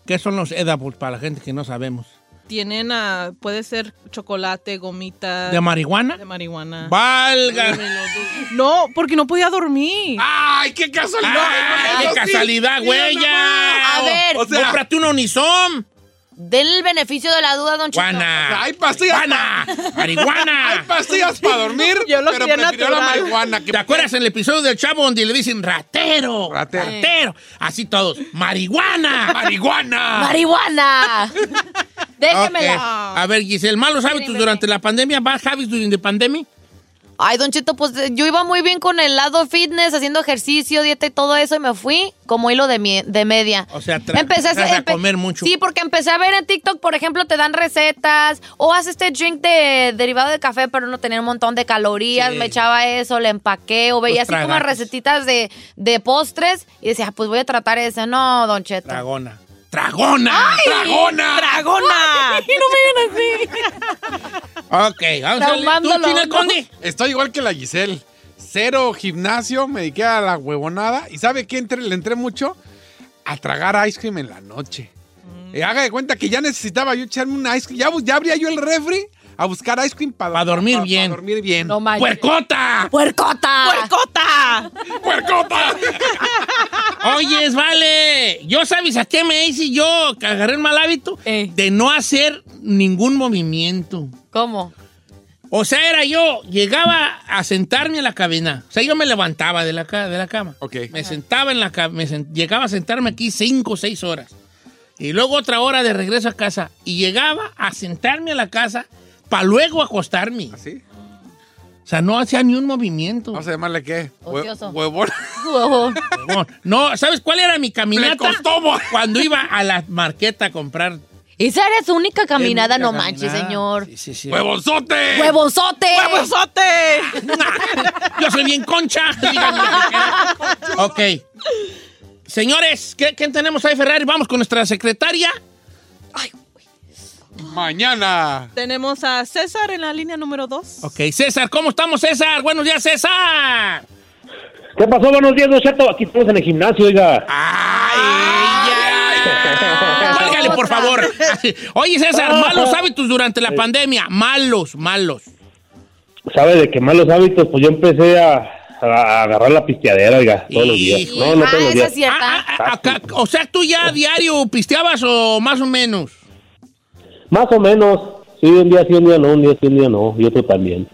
A: ¿Qué son los edibles para la gente que no sabemos?
D: Tienen, ah, puede ser chocolate, gomita.
A: ¿De marihuana?
D: de marihuana.
A: Valga.
D: No, porque no podía dormir.
E: ¡Ay, qué casualidad!
A: ¡Ah,
E: Eso
A: ¡Qué
E: sí.
A: casualidad,
E: Mira
A: güey!
E: nomás.
C: A ver.
E: O sea,
A: ¡Cómprate un Onisom!
C: Denle el beneficio de la duda, don Cheto.
A: ¡Guana!
E: hay pastillas.
A: ¡Guana!
E: Hay
A: ¡Marihuana!
E: pastillas para dormir,
D: Yo lo
E: pero
D: hacía
E: prefirió la
D: natural.
E: marihuana. que-
A: ¿Te acuerdas en el episodio del Chavo donde le dicen ratero?
E: Ratero.
A: Ratero. Así todos. ¡Marihuana! ¡Marihuana!
C: ¡Marihuana!
A: Ok.
C: Déjemela.
A: A ver, Giselle, malos hábitos durante la pandemia. ¿Bad habits during the pandemic?
C: Ay, Don Cheto, pues eh, yo iba muy bien con el lado fitness, haciendo ejercicio, dieta y todo eso, y me fui como hilo de, mie- de media.
A: O sea, tra- tras a comer mucho.
C: Sí, porque empecé a ver en TikTok, por ejemplo, te dan recetas, o haz este drink de derivado de café, pero no tenía un montón de calorías,
A: Sí. Pues
C: me echaba eso, le empaqué, o veía
A: Los
C: así como
A: tragazos.
C: recetitas de, de postres, y decía, ah, pues voy a tratar ese. No, Don Cheto.
A: Dragona. ¡Dragona! ¡Dragona!
D: ¡Dragona!
A: Ok, Ok, vamos a ver. ¿Tú, Chinel Conde?
E: Estoy igual que la Giselle. Cero gimnasio, me dediqué a la huevonada. ¿Y sabe qué entré- le entré mucho? A tragar ice cream en la noche. Eh, haga de cuenta que ya necesitaba yo echarme un ice cream. Ya, bu- ya abría yo el refri a buscar ice cream para dormir bien. Para dormir bien. No
C: manches.
A: ¡Puercota!
C: ¡Puercota!
D: ¡Puercota!
E: ¡Puercota!
A: Oyes, vale. Yo sabes a qué me hice yo, que agarré el mal hábito de no hacer ningún movimiento.
C: ¿Cómo?
A: O sea, era yo, llegaba a sentarme en la cabina. O sea, yo me levantaba de la, ca- de la cama. Me sentaba en la cama, llegaba a sentarme aquí cinco o seis horas. Y luego otra hora de regreso a casa. Y llegaba a sentarme a la casa para luego acostarme.
E: ¿Así?
A: O sea, no hacía ni un movimiento.
E: Vamos a llamarle qué. Hue-
A: Ocioso.
E: Huevón.
A: Huevón. No, ¿sabes cuál era mi caminata?
E: Le costó, mo-
A: Cuando iba a la marqueta a comprar.
C: Esa era su única caminada,
A: Es mi
C: no
A: única
C: manches,
A: caminada.
C: señor.
A: Sí, sí.
E: ¡Huevonzote!
C: ¡Huevonzote!
D: ¡Huevonzote!
A: Yo soy bien concha. Díganme lo que quieran. ok. Señores, ¿qué- ¿quién tenemos ahí, Ferrari? Vamos con nuestra secretaria.
E: Mañana.
D: Tenemos a César en la línea número 2.
A: Ok, César, ¿cómo estamos, César? Buenos días, César.
H: ¿Qué pasó? Buenos días, Don Cheto. Aquí estamos en el gimnasio, oiga.
A: Válgale, por favor. Oye,
H: Ah.
A: César, malos hábitos durante la pandemia. Malos, malos.
H: ¿Sabe de qué malos hábitos? Pues yo empecé a, a agarrar la pisteadera, oiga, todos los días. No, no todos los días.
A: Ah, ah, ah, acá, o sea, tú ya a diario pisteabas o más o menos.
H: Más o menos. Sí, un día sí, un día no, un día sí, un día no, y otro también.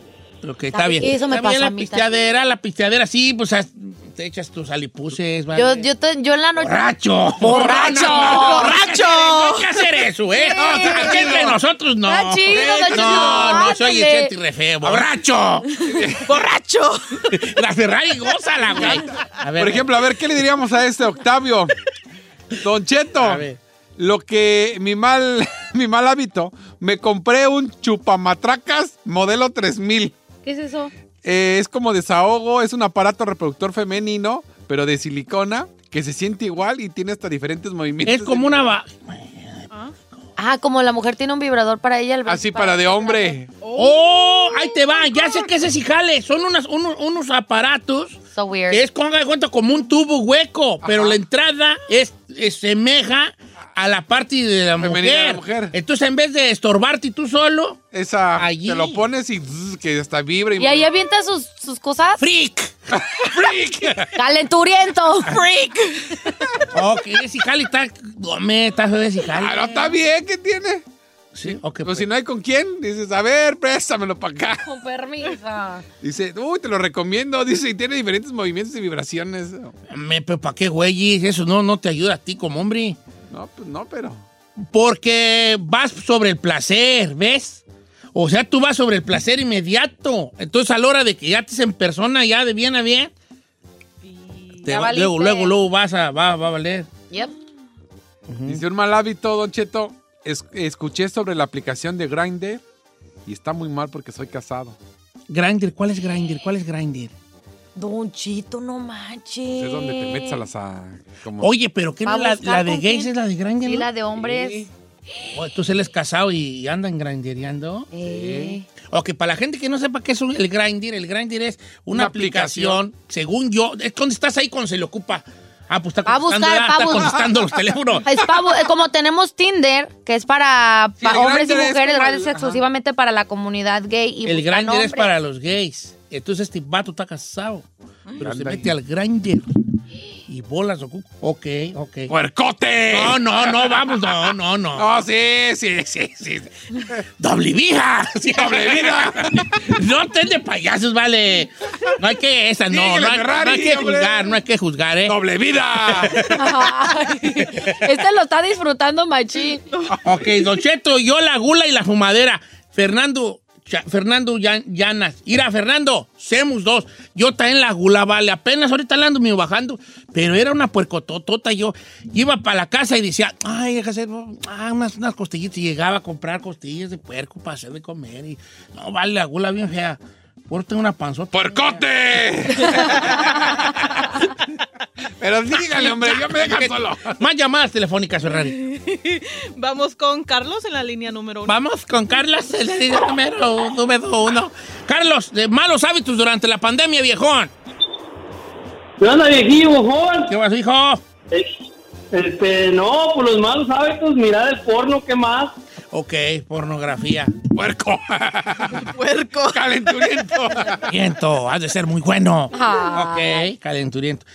A: Ok, está bien.
C: Eso me
A: Está
C: pasó
A: bien
C: a
A: la
C: mí
A: pisteadera, la pisteadera, sí, pues as- te echas tus alipuses, ¿vale?
C: Yo, yo, te- yo en la noche.
A: ¡Borracho!
C: ¡Borracho!
A: ¡Borracho! No hay que hacer eso, ¿eh? No, aquí entre nosotros no.
C: Está chido, está chido.
A: No, no, soy
C: Ándale.
A: echente y refe. ¡Borracho!
D: ¡Borracho!
A: La Ferrari, gózala, güey. ver.
E: Por ejemplo, a ver, ¿qué le diríamos a este Octavio? Don Cheto, lo que mi mal, mi mal hábito, me compré un chupamatracas modelo 3000.
C: ¿Qué es eso?
E: Eh, es como desahogo, es un aparato reproductor femenino, pero de silicona, que se siente igual y tiene hasta diferentes movimientos.
A: Es como una... va-
C: Ah, como la mujer tiene un vibrador para ella. el-
E: Así Ah, para de hombre.
A: ¡Oh! Ahí te va. Ya sé que ese sí jale. Son unas, unos, unos aparatos
C: So weird.
A: que es, como haga de cuenta, como un tubo hueco, pero la entrada es, es- semeja a la parte de la mujer.
E: Femenina de la
A: Entonces, en vez de estorbarte tú solo...
E: Esa, te lo pones y zzz, que hasta vibra y...
C: Y ahí avienta sus, sus cosas.
A: ¡Freak!
E: ¡Freak!
C: ¡Calenturiento!
D: ¡Freak!
A: Ok, ese jale está... Dome, está feo ese jale.
E: Claro, Ah, está bien, ¿qué tiene?
A: Sí, ok.
E: Pues si no hay con quién, dices, a ver, préstamelo para acá.
C: Con permiso.
E: Dice, uy, te lo recomiendo. Dice, y tiene diferentes movimientos y vibraciones.
A: Me, pero ¿para qué, güey? Eso no, no te ayuda a ti como hombre.
E: No, pues no, pero.
A: Porque vas sobre el placer, ¿ves? O sea, tú vas sobre el placer inmediato. Entonces, a la hora de que ya estés en persona, ya de bien a bien, te
E: Ya
A: va-
E: valiste.
A: luego, luego, luego vas a, va, va a valer.
C: Yep.
E: Dice, un mal hábito, Don Cheto. Es- escuché sobre la aplicación de Grindr y está muy mal porque soy casado.
A: Grinder, ¿cuál es Grinder? ¿Cuál es Grinder?
C: Don Chito, no manches.
E: Es donde te metes a las. a- como-
A: Oye, pero ¿qué no
C: Va a
A: es la,
C: buscar
A: la de
C: con
A: gays
C: quién.
A: es la de Grinder?
C: Sí, la de hombres.
A: entonces él es casado y andan grindereando.
C: Eh,
A: Ok, para la gente que no sepa qué es un- el Grindr, el Grindr es una,
E: Una
A: aplicación,
E: aplicación.
A: según yo, es cuando estás ahí cuando se le ocupa. Ah, pues está
C: Va a buscar,
A: contestando,
C: va a
A: está
C: buscar.
A: contestando los teléfonos.
C: Es pa- eh, como tenemos Tinder, que es para
A: Sí, el
C: pa- hombres y
A: Grindr es
C: mujeres,
A: como
C: Grindr
A: el-
C: es
A: ajá.
C: exclusivamente para la comunidad gay. Y
A: el
C: buscan
A: Grindr es
C: hombres.
A: para los gays. Entonces este vato está casado, pero se
E: Anda
A: mete
E: ahí.
A: al Grindr y bolas ocupa. Ok, ok.
E: ¡Puercote!
A: No, no, no, vamos, no, no, no.
E: No, sí, sí, sí, sí.
A: ¡Doble vida! Sí,
E: ¡Doble vida!
A: no estés de payasos, vale. No hay que esa, no.
E: Dígale,
A: No hay,
E: Ferrari,
A: no hay que
E: hombre.
A: juzgar, no hay que juzgar, ¿eh?
E: ¡Doble vida!
C: Ay, este lo está disfrutando machín.
A: ok, Don Cheto, yo la gula y la fumadera. Fernando, Cha- Fernando Llan- Llanas. Mira, Fernando, Semus 2. Yo también la gula, vale. Apenas ahorita la ando medio bajando, pero era una puercototota. Yo iba para la casa y decía, ay, deja hacer ah, unas, unas costillitas. Y llegaba a comprar costillas de puerco para hacer de comer. Y no, vale, la gula bien fea. Por tengo una panzota.
E: ¡Puercote! Pero dígale, hombre, yo me dejan solo.
A: Más llamadas telefónicas, Ferrari.
D: Vamos con Carlos en la línea número uno.
A: Vamos con Carlos, el líder número, número uno. Carlos, de malos hábitos durante la pandemia, viejón.
I: ¿Qué onda, viejillo, joven?
A: ¿Qué vas, hijo?
I: Este, no, por los malos hábitos, mirar el porno, ¿qué más?
A: Ok, pornografía. Puerco.
D: Puerco.
E: Calenturiento.
A: Calenturiento, has de ser muy bueno.
E: Ah.
A: Ok, calenturiento.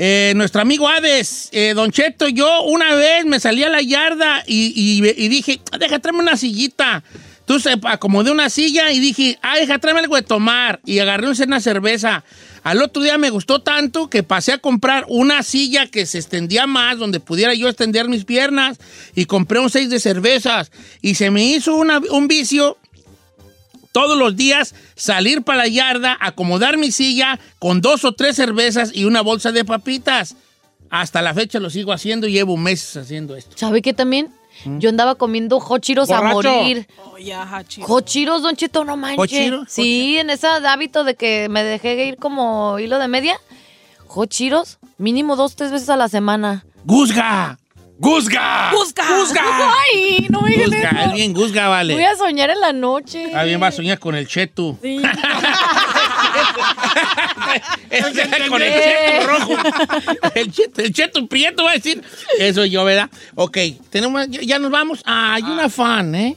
A: Eh, nuestro amigo Hades, eh, Don Cheto, yo una vez me salí a la yarda y, y- y dije, "Ah, deja, tráeme una sillita. Entonces pa- acomodé una silla y dije, ah, deja, tráeme algo de tomar. Y agarré una cerveza. Al otro día me gustó tanto que pasé a comprar una silla que se extendía más, donde pudiera yo extender mis piernas, y compré un seis de cervezas. Y se me hizo una- un vicio todos los días salir para la yarda, acomodar mi silla con dos o tres cervezas y una bolsa de papitas. Hasta la fecha lo sigo haciendo y llevo meses haciendo esto.
C: ¿Sabe qué también? Yo andaba comiendo hochiros a
A: ¿Mm? Borracho.
C: morir.
D: Oh, ya, Hachi.
C: Hochiros, Don Cheto, no manches.
D: ¿Hochiro?
C: Sí, en ese hábito de que me dejé ir como hilo de media. Hochiros, mínimo dos, tres veces a la semana.
A: ¡Guzga! ¡Guzga!
C: ¡Guzga! ¡Ay! No me digan
A: ¡Guzga!
C: eso.
A: Alguien guzga, vale.
C: Voy a soñar en la noche.
A: Alguien Ah, va a soñar con el chetu.
C: Sí.
A: con el
C: Eh.
A: cheto rojo. El cheto, el cheto prieto va a decir. Eso yo, ¿verdad? Ok, tenemos, ya- ya nos vamos. Ah, hay una fan, ¿eh?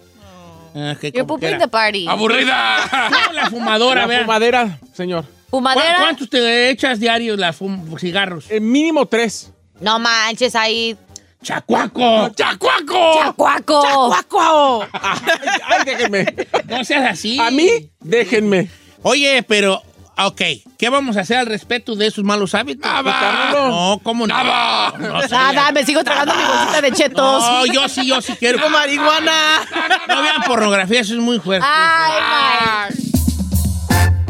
A: Ah, que
C: You're
A: como
C: pooping
A: quiera.
C: the party.
A: No, la fumadora,
B: La
A: vean.
B: fumadera, señor.
C: ¿Fumadera?
A: ¿Cuán- ¿Cuántos te echas diarios las fum- cigarros?
B: Eh. mínimo tres.
C: No manches, ahí.
A: ¡Chacuaco! ¡Chacuaco!
C: Oh, ¡Chacuaco!
B: ¡Chacuaco! ¡Ay, déjenme!
A: No seas así.
B: A mí, déjenme.
A: Oye, pero, ok, ¿qué vamos a hacer al respecto de esos malos hábitos? Pues,
B: Nada.
A: No, ¿cómo no?
E: Nada.
A: No, señora.
C: Nada, Ah, me sigo tragando mi bolsita de chetos.
A: No, yo sí, yo sí quiero.
C: Como marihuana.
A: No vean pornografía, eso es muy fuerte.
G: Ah,
C: Ay, my.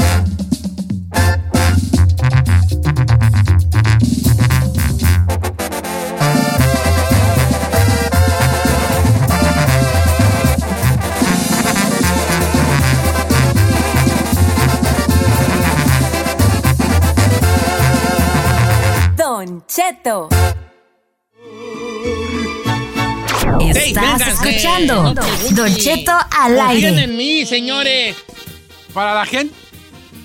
G: Don Cheto.
A: Ey,
G: Estás
A: vénganse.
G: escuchando Don Cheto al
A: Confíen
G: aire.
A: en mí, señores.
E: Para la gente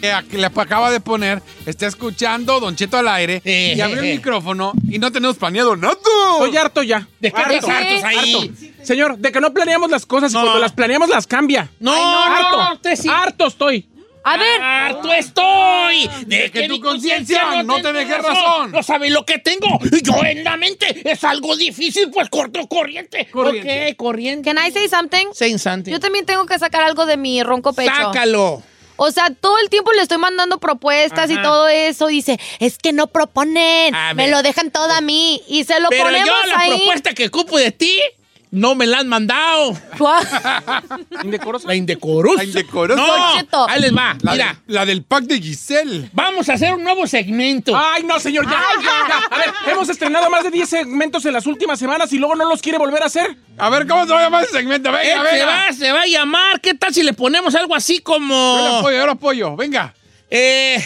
E: que ac- le acaba de poner, está escuchando Don Cheto al aire y abrió el
B: eh.
E: micrófono y no tenemos planeado nada.
B: Estoy harto ya.
A: ¿De
E: qué estás hartos ahí?
B: Señor, de que no planeamos las cosas y cuando las planeamos las cambia.
A: No,
B: harto.
A: no, usted sí.
B: Harto estoy.
C: A ver.
A: Harto estoy de, que,
E: tu
A: mi conciencia no te deje razón. No sabe lo que tengo. Yo en la mente es algo difícil, pues corto corriente.
C: Corriente.
A: Ok, corriente.
C: Can I say something?
A: Say something.
C: Yo también tengo que sacar algo de mi ronco pecho.
A: Sácalo.
C: O sea, todo el tiempo le estoy mandando propuestas y
A: Ajá.
C: todo eso. Dice, es que no proponen.
A: A
C: Me
A: ver.
C: lo dejan todo a mí. Y se lo
A: Pero
C: ponemos
A: yo la
C: ahí.
A: propuesta que ocupo de ti no me la han mandado. ¿Indecorosa? La indecorosa.
E: La indecorosa. Don
A: No,
E: Cheto.
A: ahí les va.
E: La
A: Mira. la del pack de Giselle. Vamos a hacer un nuevo segmento.
B: Ay, no, señor, ya. ya. A ver, hemos estrenado más de 10 segmentos en las últimas semanas y luego no los quiere volver a hacer.
E: A ver, ¿cómo se va a llamar ese segmento? Venga,
A: Eh, se,
E: venga.
A: va, se va a llamar. ¿Qué tal si le ponemos algo así como.
E: Yo lo apoyo, yo lo apoyo. Venga.
A: Eh,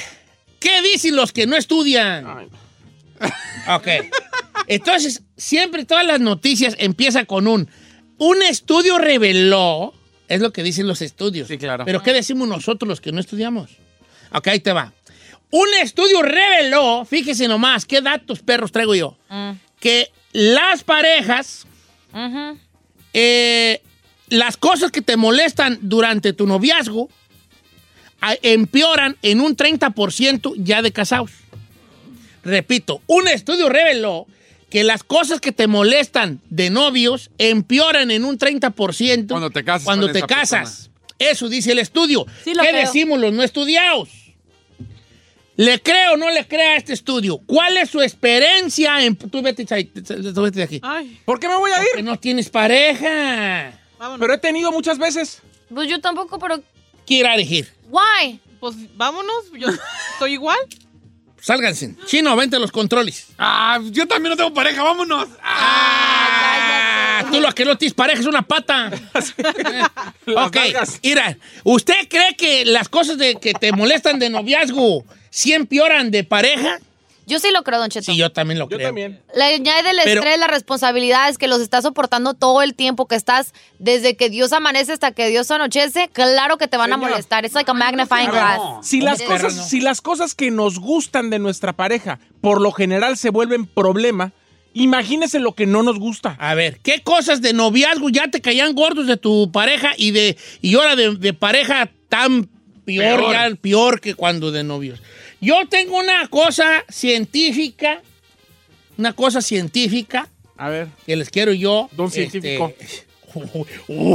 A: ¿Qué dicen los que no estudian? Ok. Entonces, siempre todas las noticias empiezan con un. Un estudio reveló. Es lo que dicen los estudios. Sí, claro. Pero ¿qué decimos nosotros los que no estudiamos? Ok, ahí te va. Un estudio reveló, fíjese nomás, qué datos perros traigo yo,
C: Mm,
A: que las parejas
C: ujú.
A: eh, las cosas que te molestan durante tu noviazgo a- empeoran en un 30% ya de casados. Repito, un estudio reveló que las cosas que te molestan de novios empeoran en un 30% cuando te casas.
E: con
A: te
E: esa
A: casas. Eso dice el estudio.
C: Sí, lo
A: ¿Qué
C: creo.
A: decimos los no estudiados? ¿Le creo o no le crea a este estudio? ¿Cuál es su experiencia? En... Tú vete, ahí, tú vete de aquí.
B: ¿Por qué me voy a ir?
A: Que no tienes pareja.
B: Pero he tenido muchas veces.
C: Pues yo tampoco, pero.
A: Quiera elegir.
C: Why?
D: Pues vámonos, yo estoy igual.
A: Sálganse. Chino, vente a los controles.
E: Ah, yo también no tengo pareja, vámonos. Ah,
A: tú lo que no tienes pareja es una pata. ok, mira, ¿usted cree que las cosas de, que te molestan de noviazgo siempre empeoran de pareja?
C: Yo sí lo creo, Don Cheto.
A: Sí, yo también lo creo.
C: Le añade el
A: Pero-
C: estrés, las responsabilidades que los estás soportando todo el tiempo, que estás desde que Dios amanece hasta que Dios anochece. Claro que te van a
B: Señora.
C: molestar. It's like a magnifying glass.
B: Si las,
C: Sí.
B: cosas, si las cosas que nos gustan de nuestra pareja por lo general se vuelven problema, imagínese lo que no nos gusta.
A: A ver, ¿qué cosas de noviazgo ya te caían gordos de tu pareja y de y ahora de, de pareja tan peor,
E: Peor.
A: ya peor que cuando de novios? Yo tengo una cosa científica, una cosa científica
B: A ver.
A: que les quiero yo.
B: Don
A: este,
B: científico.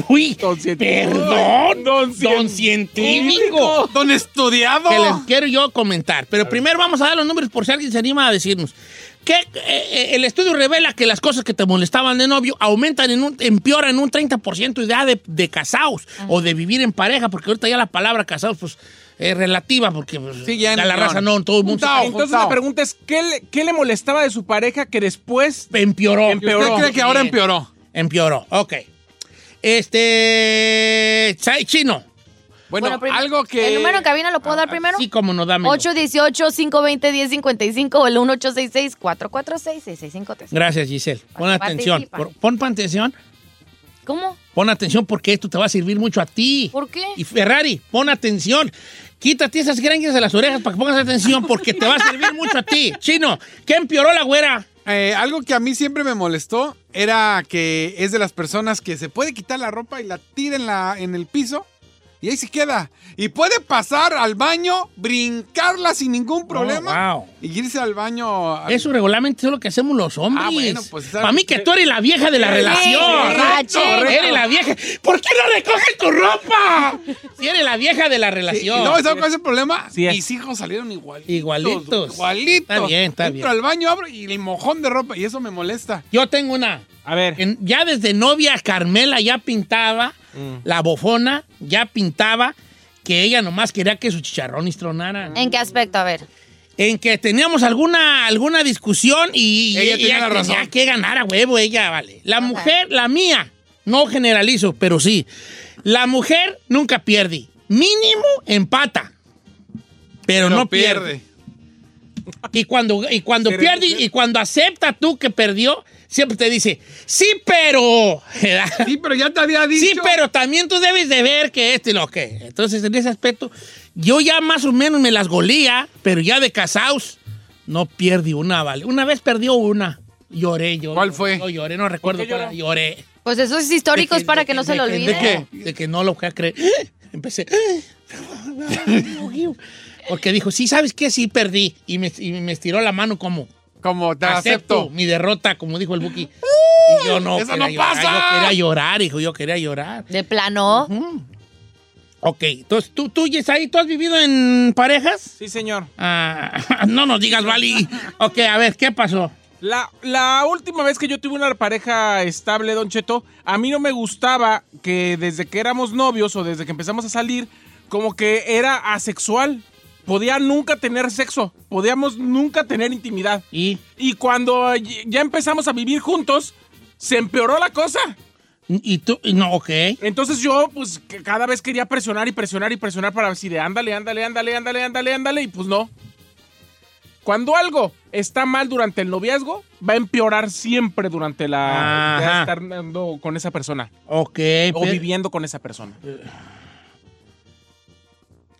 A: Uy,
B: Don científico.
A: perdón,
B: Don
A: don, científico.
E: Don estudiado.
A: Que les quiero yo comentar. Pero primero vamos a dar los números por si alguien se anima a decirnos. Que eh, eh, el estudio revela que las cosas que te molestaban de novio aumentan en un, empeoran en un 30% idea de, de casados o de vivir en pareja, porque ahorita ya la palabra casados pues, es relativa, porque pues,
E: ya en
A: la
E: millón.
A: raza no, todo el mundo.
B: Juntao, Entonces la pregunta es, ¿qué le, qué le molestaba de su pareja que después
A: empeoró?
B: empeoró?
E: ¿Usted cree que ahora
B: Bien.
E: empeoró?
A: Empeoró, ok. Este. Chai- Chino.
E: Bueno,
C: primero-
E: algo que.
C: ¿El número en cabina lo
A: Ah,
C: puedo dar primero?
A: Sí, como no, dame.
C: 818-520-1055 o el 1866-446-6653.
A: Gracias, Giselle. Pon atención.
C: participa.
A: Por- Pon atención.
C: ¿Cómo?
A: Pon atención porque esto te va a servir mucho a ti.
C: ¿Por qué?
A: Y Ferrari, pon atención. Quítate esas granjas de las orejas para que pongas atención porque te va a servir mucho a ti. Chino, ¿qué empeoró la güera?
E: Eh, algo que a mí siempre me molestó era que es de las personas que se puede quitar la ropa y la tira en, la, en el piso y ahí se queda. Y puede pasar al baño, brincarla sin ningún problema
A: Oh, wow.
E: y irse al baño. al-
A: Eso regularmente es lo que hacemos los hombres.
E: Ah, bueno, pues, ¿sabes?
A: Para mí que tú eres la vieja de la
E: Sí,
A: relación.
E: correcto, correcto.
A: Eres la vieja. ¿Por qué no recoges tu ropa? Si eres la vieja de la relación.
E: Y no, ¿sabes cuál es el problema?
B: Sí es.
E: Mis hijos salieron igualitos.
A: Igualitos.
E: Igualitos.
A: Está bien, está
E: Entro
A: bien.
E: al baño, abro y el mojón de ropa y eso me molesta.
A: Yo tengo una.
B: A ver.
A: En- ya desde novia Carmela ya pintaba,
E: Mm.
A: la bofona ya pintaba que ella nomás quería que sus chicharrones tronaran.
C: ¿En qué aspecto? A ver.
A: En que teníamos alguna, alguna discusión y
E: Ella tenía la
A: tenía
E: razón.
A: que ganar a huevo, ella, vale. La mujer, la mía, no generalizo, pero sí. La mujer nunca pierde. Mínimo empata. Pero, no pierde. Y cuando, y cuando
B: Pero-
A: pierde y cuando acepta tú que perdió, siempre te dice, sí, pero...
E: Sí, pero ya te había dicho.
A: Sí, pero también tú debes de ver que este y lo que. Entonces, en ese aspecto, yo ya más o menos me las golía, pero ya de casados no perdí una, vale. Una vez perdió una. Lloré, yo.
E: ¿Cuál fue?
A: Yo lloré, no recuerdo cuál era. Lloré.
C: Pues eso es histórico,
A: De
C: es para que,
A: de
C: no se
A: de
C: lo
A: que-
C: olvide.
A: ¿De qué? De que no lo que creer. Empecé. Porque dijo, sí, ¿sabes qué? Sí, perdí. Y me, y me estiró la mano como,
E: Como te
A: acepto,
E: acepto.
A: mi derrota, como dijo el Buki. Y yo no.
E: ¡Eso
A: quería
E: no
A: llorar,
E: pasa!
A: Yo quería llorar, hijo, yo quería llorar.
C: De plano.
A: Ok, entonces tú, tú, Yesai, ¿tú has vivido en parejas?
B: Sí, señor.
A: Ah, no nos digas, Vali. Ok, a ver, ¿qué pasó?
B: La, la última vez que yo tuve una pareja estable, Don Cheto, a mí no me gustaba que desde que éramos novios o desde que empezamos a salir, como que era asexual. Podía nunca tener sexo, podíamos nunca tener intimidad.
A: ¿Y?
B: Y cuando y- ya empezamos a vivir juntos, se empeoró la cosa.
A: ¿Y tú? No, ok.
B: Entonces yo, pues, que cada vez quería presionar y presionar y presionar para decir, ándale, ándale, ándale, ándale, ándale, ándale, y pues no. Cuando algo está mal durante el noviazgo, va a empeorar siempre durante la...
A: Ajá.
B: ya estar andando con esa persona.
A: Ok.
B: O
A: pero-
B: viviendo con esa persona.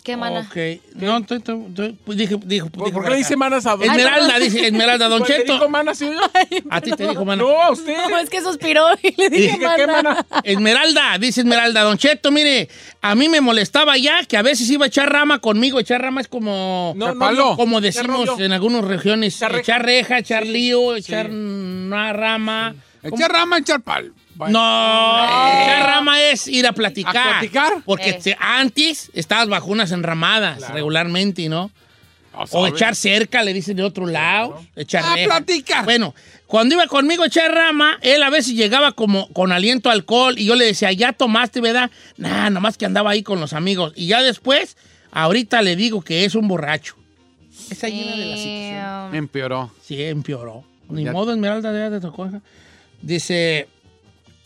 C: ¿Qué mana?
A: Ok. No, estoy- estoy- estoy- pues dije, dijo,
B: ¿Por,
A: dijo
B: por qué le dice
A: acá.
B: manas a
A: Esmeralda, dice Esmeralda, Don
B: Pues le dijo
A: Cheto.
B: manas, sí, yo.
A: A ti te dijo, mano.
B: No, a usted.
A: Oh.
C: No, es que suspiró y le
B: Dije,
C: dije,
B: ¿qué,
C: mana.
B: mana?
A: Esmeralda, dice Esmeralda, Don Cheto, mire, a mí me molestaba ya que a veces iba a echar rama conmigo. Echar rama es como,
B: No, no,
A: Palo.
E: Oh,
B: no.
A: como
B: Echar
A: decimos
B: rollo.
A: en algunas regiones,
B: Echar reja.
A: echar reja, echar lío,
B: sí.
A: echar una rama. ¿Cómo?
E: Echar rama, echar pal.
A: No, echar rama es ir a platicar.
E: ¿A platicar?
A: Porque
C: Eh.
A: te- antes estabas bajo unas enramadas regularmente, ¿no?
E: Pues,
A: O echar cerca, le dicen de otro lado. Echar
E: Ah,
A: reja.
E: platicar.
A: Bueno, cuando iba conmigo a echar rama, él a veces llegaba como con aliento a alcohol y yo le decía, ya tomaste, ¿verdad? Nah, nomás que andaba ahí con los amigos. Y ya después, ahorita le digo que es un borracho. Esa es una
C: "Em,
A: de las situaciones.
C: Damn.
E: Empeoró.
A: Sí, empeoró. Ni
E: Ya-
A: modo, Esmeralda, ya te tocó. hija. Dice,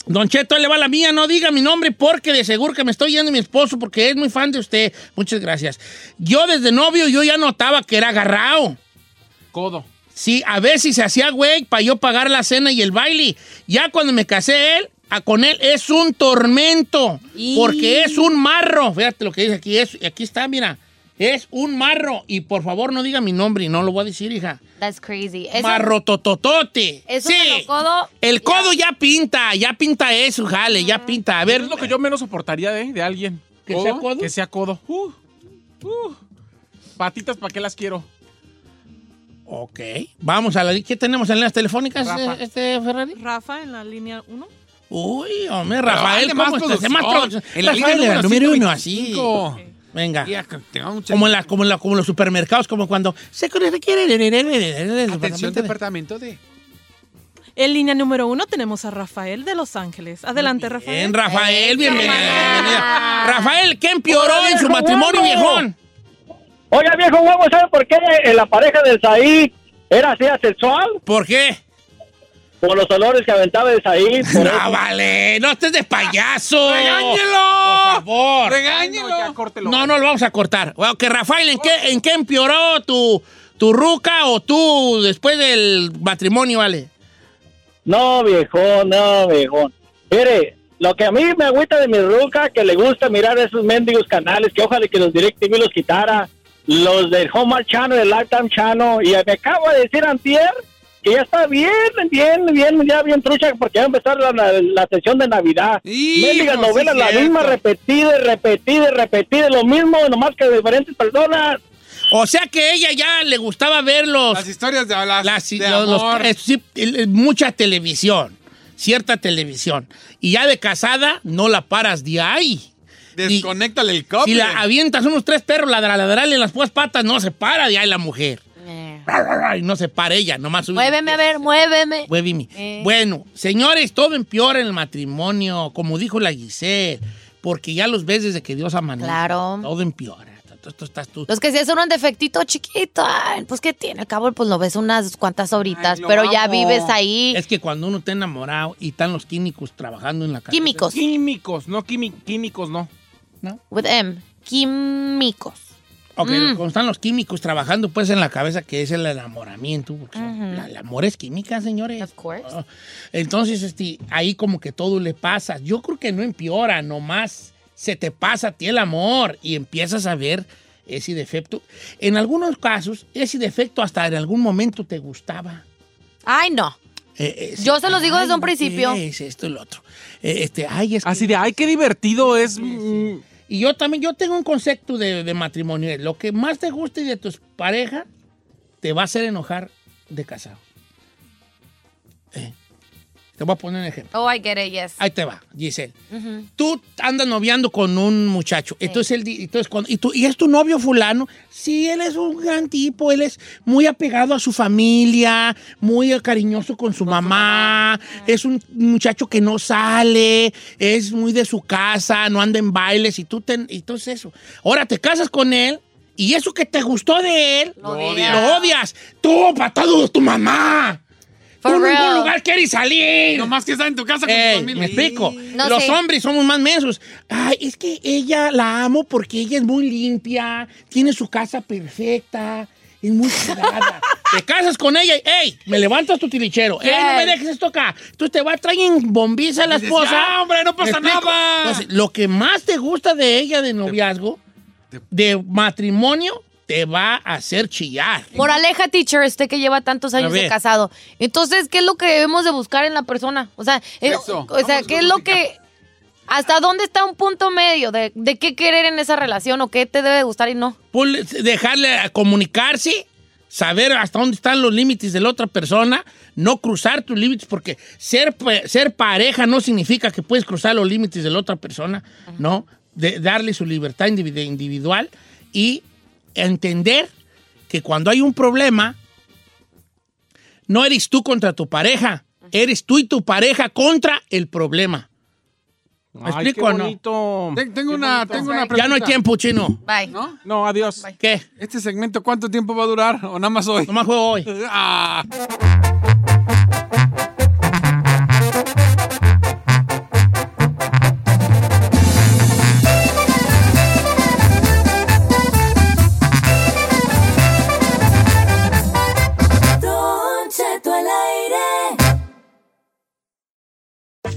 A: Don Cheto, ahí le va la mía, no diga mi nombre porque de seguro que me estoy yendo mi esposo porque es muy fan de usted. Muchas gracias. Yo desde novio yo ya notaba que era agarrado.
B: Codo.
A: Sí, a ver si se hacía güey para yo pagar la cena y el baile. Ya cuando me casé él, a con él es un tormento
J: Y-
A: porque es un marro. Fíjate lo que dice aquí, es, aquí está, mira. Es un marro y por favor no diga mi nombre y no lo voy a decir, hija.
C: That's crazy. Eso,
A: Marrotototote.
C: Eso
A: sí.
C: de lo codo.
A: El codo ya pinta, ya pinta eso, jale, ya pinta. A ver. Es lo que yo menos soportaría de, alguien. ¿Que sea codo?
B: Que sea codo. Uh, uh. Patitas, ¿para qué las quiero?
A: Ok. Vamos a la. li- ¿Qué tenemos en las telefónicas?
D: Rafa.
A: eh, Este Ferrari.
D: Rafa en la línea 1.
A: Uy, hombre, Rafael,
D: Pero
A: ¿cómo
D: dale más
A: estás? Más
D: producción.
A: pro-
D: En la
A: Rafael,
D: línea
A: era
D: número
A: número uno,
D: 125.
A: así. Venga.
E: mucha-
A: Como, en la, como, en la- como en los supermercados, como cuando se requiere.
E: Atención, departamento de...
D: En línea número 1 tenemos a Rafael de Los Ángeles. Adelante, Rafael.
A: Bien, Rafael, bienvenido. bienvenido. Rafael, ¿qué empeoró en su matrimonio, viejón?
I: Oiga, viejo huevo, ¿sabe por qué eh, la pareja del Saí era así asexual?
A: ¿Por qué?
I: Por los olores que aventaba el Saí. por
A: No,
I: eso.
A: vale, no estés de payaso.
I: ¡Regáñelo!
A: Por favor.
B: Regáñelo.
A: No, no lo vamos a cortar. Bueno, que Rafael, ¿en qué, ¿en qué empeoró tu, tu ruca o tú después del matrimonio, vale?
I: No, viejo, no, viejo. Mire, lo que a mí me agüita de mi ruca, que le gusta mirar esos mendigos canales, que ojalá que los DirecTV los quitara, los del Hallmark Channel, el Lifetime Channel, y me acabo de decir antier que ya está bien, bien, bien, ya bien trucha, porque ya va a empezar la, la, la sesión de Navidad. Mendigas
J: sí,
I: novelas, la
J: cierto.
I: misma, repetida, y repetida, y repetida, lo mismo, nomás que de diferentes personas.
A: O sea que ella ya le gustaba ver los... Las
E: historias de las...
A: los-
E: amor.
A: eh, sí, el- el- mucha televisión, cierta televisión. Y ya de casada no la paras de ahí.
E: Desconéctale el cable.
A: Si la avientas unos tres perros, ladra, ladrarle en las puas patas, no se para de ahí la mujer. Y no se para ella, nomás sube-
C: Muéveme, a ver, muéveme.
A: Huevimi.
C: Eh.
A: Bueno, señores, todo empeora en el matrimonio, como dijo la Giselle, porque ya los ves desde que Dios amanece.
C: Claro.
A: Todo empeora. Tú- tú estás tú.
C: Los que sí son un defectito chiquito, ay, pues ¿qué tiene? Al cabo, pues lo ves unas cuantas horitas,
A: Ay, lo
C: pero ya
A: amo.
C: vives ahí.
A: Es que cuando uno está enamorado y están los químicos trabajando en la casa.
C: Químicos.
B: Químicos, no quimi- químicos, no.
C: With M. Químicos.
A: Ok,
C: Mm.
A: cuando están los químicos trabajando pues en la cabeza que es el enamoramiento. porque la- el amor es química, señores. Of
C: course.
A: Entonces, este, ahí como que todo le pasa. Yo creo que no empeora, nomás se te pasa a ti el amor y empiezas a ver ese defecto. En algunos casos, ese defecto hasta en algún momento te gustaba.
C: Ay, no.
A: Eh, eh,
C: Yo se los digo
A: ay,
C: desde un
A: ¿qué
C: principio.
A: Es esto y lo otro. Eh, este, ay, es Así de, ay, qué divertido es. mm, Y yo también, yo tengo un concepto de, de matrimonio. Lo que más te guste de tu pareja te va a hacer enojar de casado. Eh, Te voy a poner un ejemplo.
C: Oh, I get it, yes.
A: Ahí te va, Giselle.
C: Ujú.
A: Tú andas noviando con un muchacho. Entonces, él, di- entonces cuando- y, tú, y es tu novio fulano. Sí, él es un gran tipo. Él es muy apegado a su familia, muy cariñoso con su mamá. Es un muchacho que no sale, es muy de su casa, no anda en bailes y tú te, y todo eso. Ahora te casas con él. Y eso que te gustó de él, lo
J: odias.
A: Lo odias. Tú, patado de tu mamá.
J: For
A: Tú en ningún
J: real.
A: lugar quieres salir.
E: Nomás que está en tu casa con
A: Ey,
E: tu familia.
A: Me explico.
E: No
A: Los
E: sé.
A: hombres somos más mensos. Ay, es que ella la amo porque ella es muy limpia, tiene su casa perfecta, es muy cuidada. Te casas con ella y, ¡ey! Me levantas tu tilichero. ¡Ey, no me
J: Yes.
A: dejes esto acá! Tú te vas a traer en bombiza a la
J: Dices,
A: esposa.
J: "Ya, hombre, no
A: ¿Me
J: pasa
A: explico?
J: nada".
A: Entonces, lo que más te gusta de ella de noviazgo, de matrimonio, te va a hacer chillar.
C: Moraleja, teacher, usted que lleva tantos años
A: ver.
C: de casado. Entonces, ¿qué es lo que debemos de buscar en la persona? O sea, eh,
A: Sexo.
C: o sea ¿qué es lo que... ¿Hasta dónde está un punto medio de, de qué querer en esa relación o qué te debe de gustar y no?
A: Ponle- dejarle a comunicarse, saber hasta dónde están los límites de la otra persona, no cruzar tus límites, porque ser, pa- ser pareja no significa que puedes cruzar los límites de la otra persona, ¿no? De- darle su libertad individ- individual y entender que cuando hay un problema, no eres tú contra tu pareja, eres tú y tu pareja contra el problema. ¿Me
B: Ay,
A: explico
B: qué
A: o no?
B: bonito.
E: Ten- tengo una, tengo una pregunta.
A: Ya no hay tiempo, chino.
C: Bye.
E: ¿No?
B: No, adiós.
A: ¿Qué?
E: ¿Este segmento cuánto tiempo va a durar? ¿O nada más hoy?
A: Nomás juego hoy.
E: ah.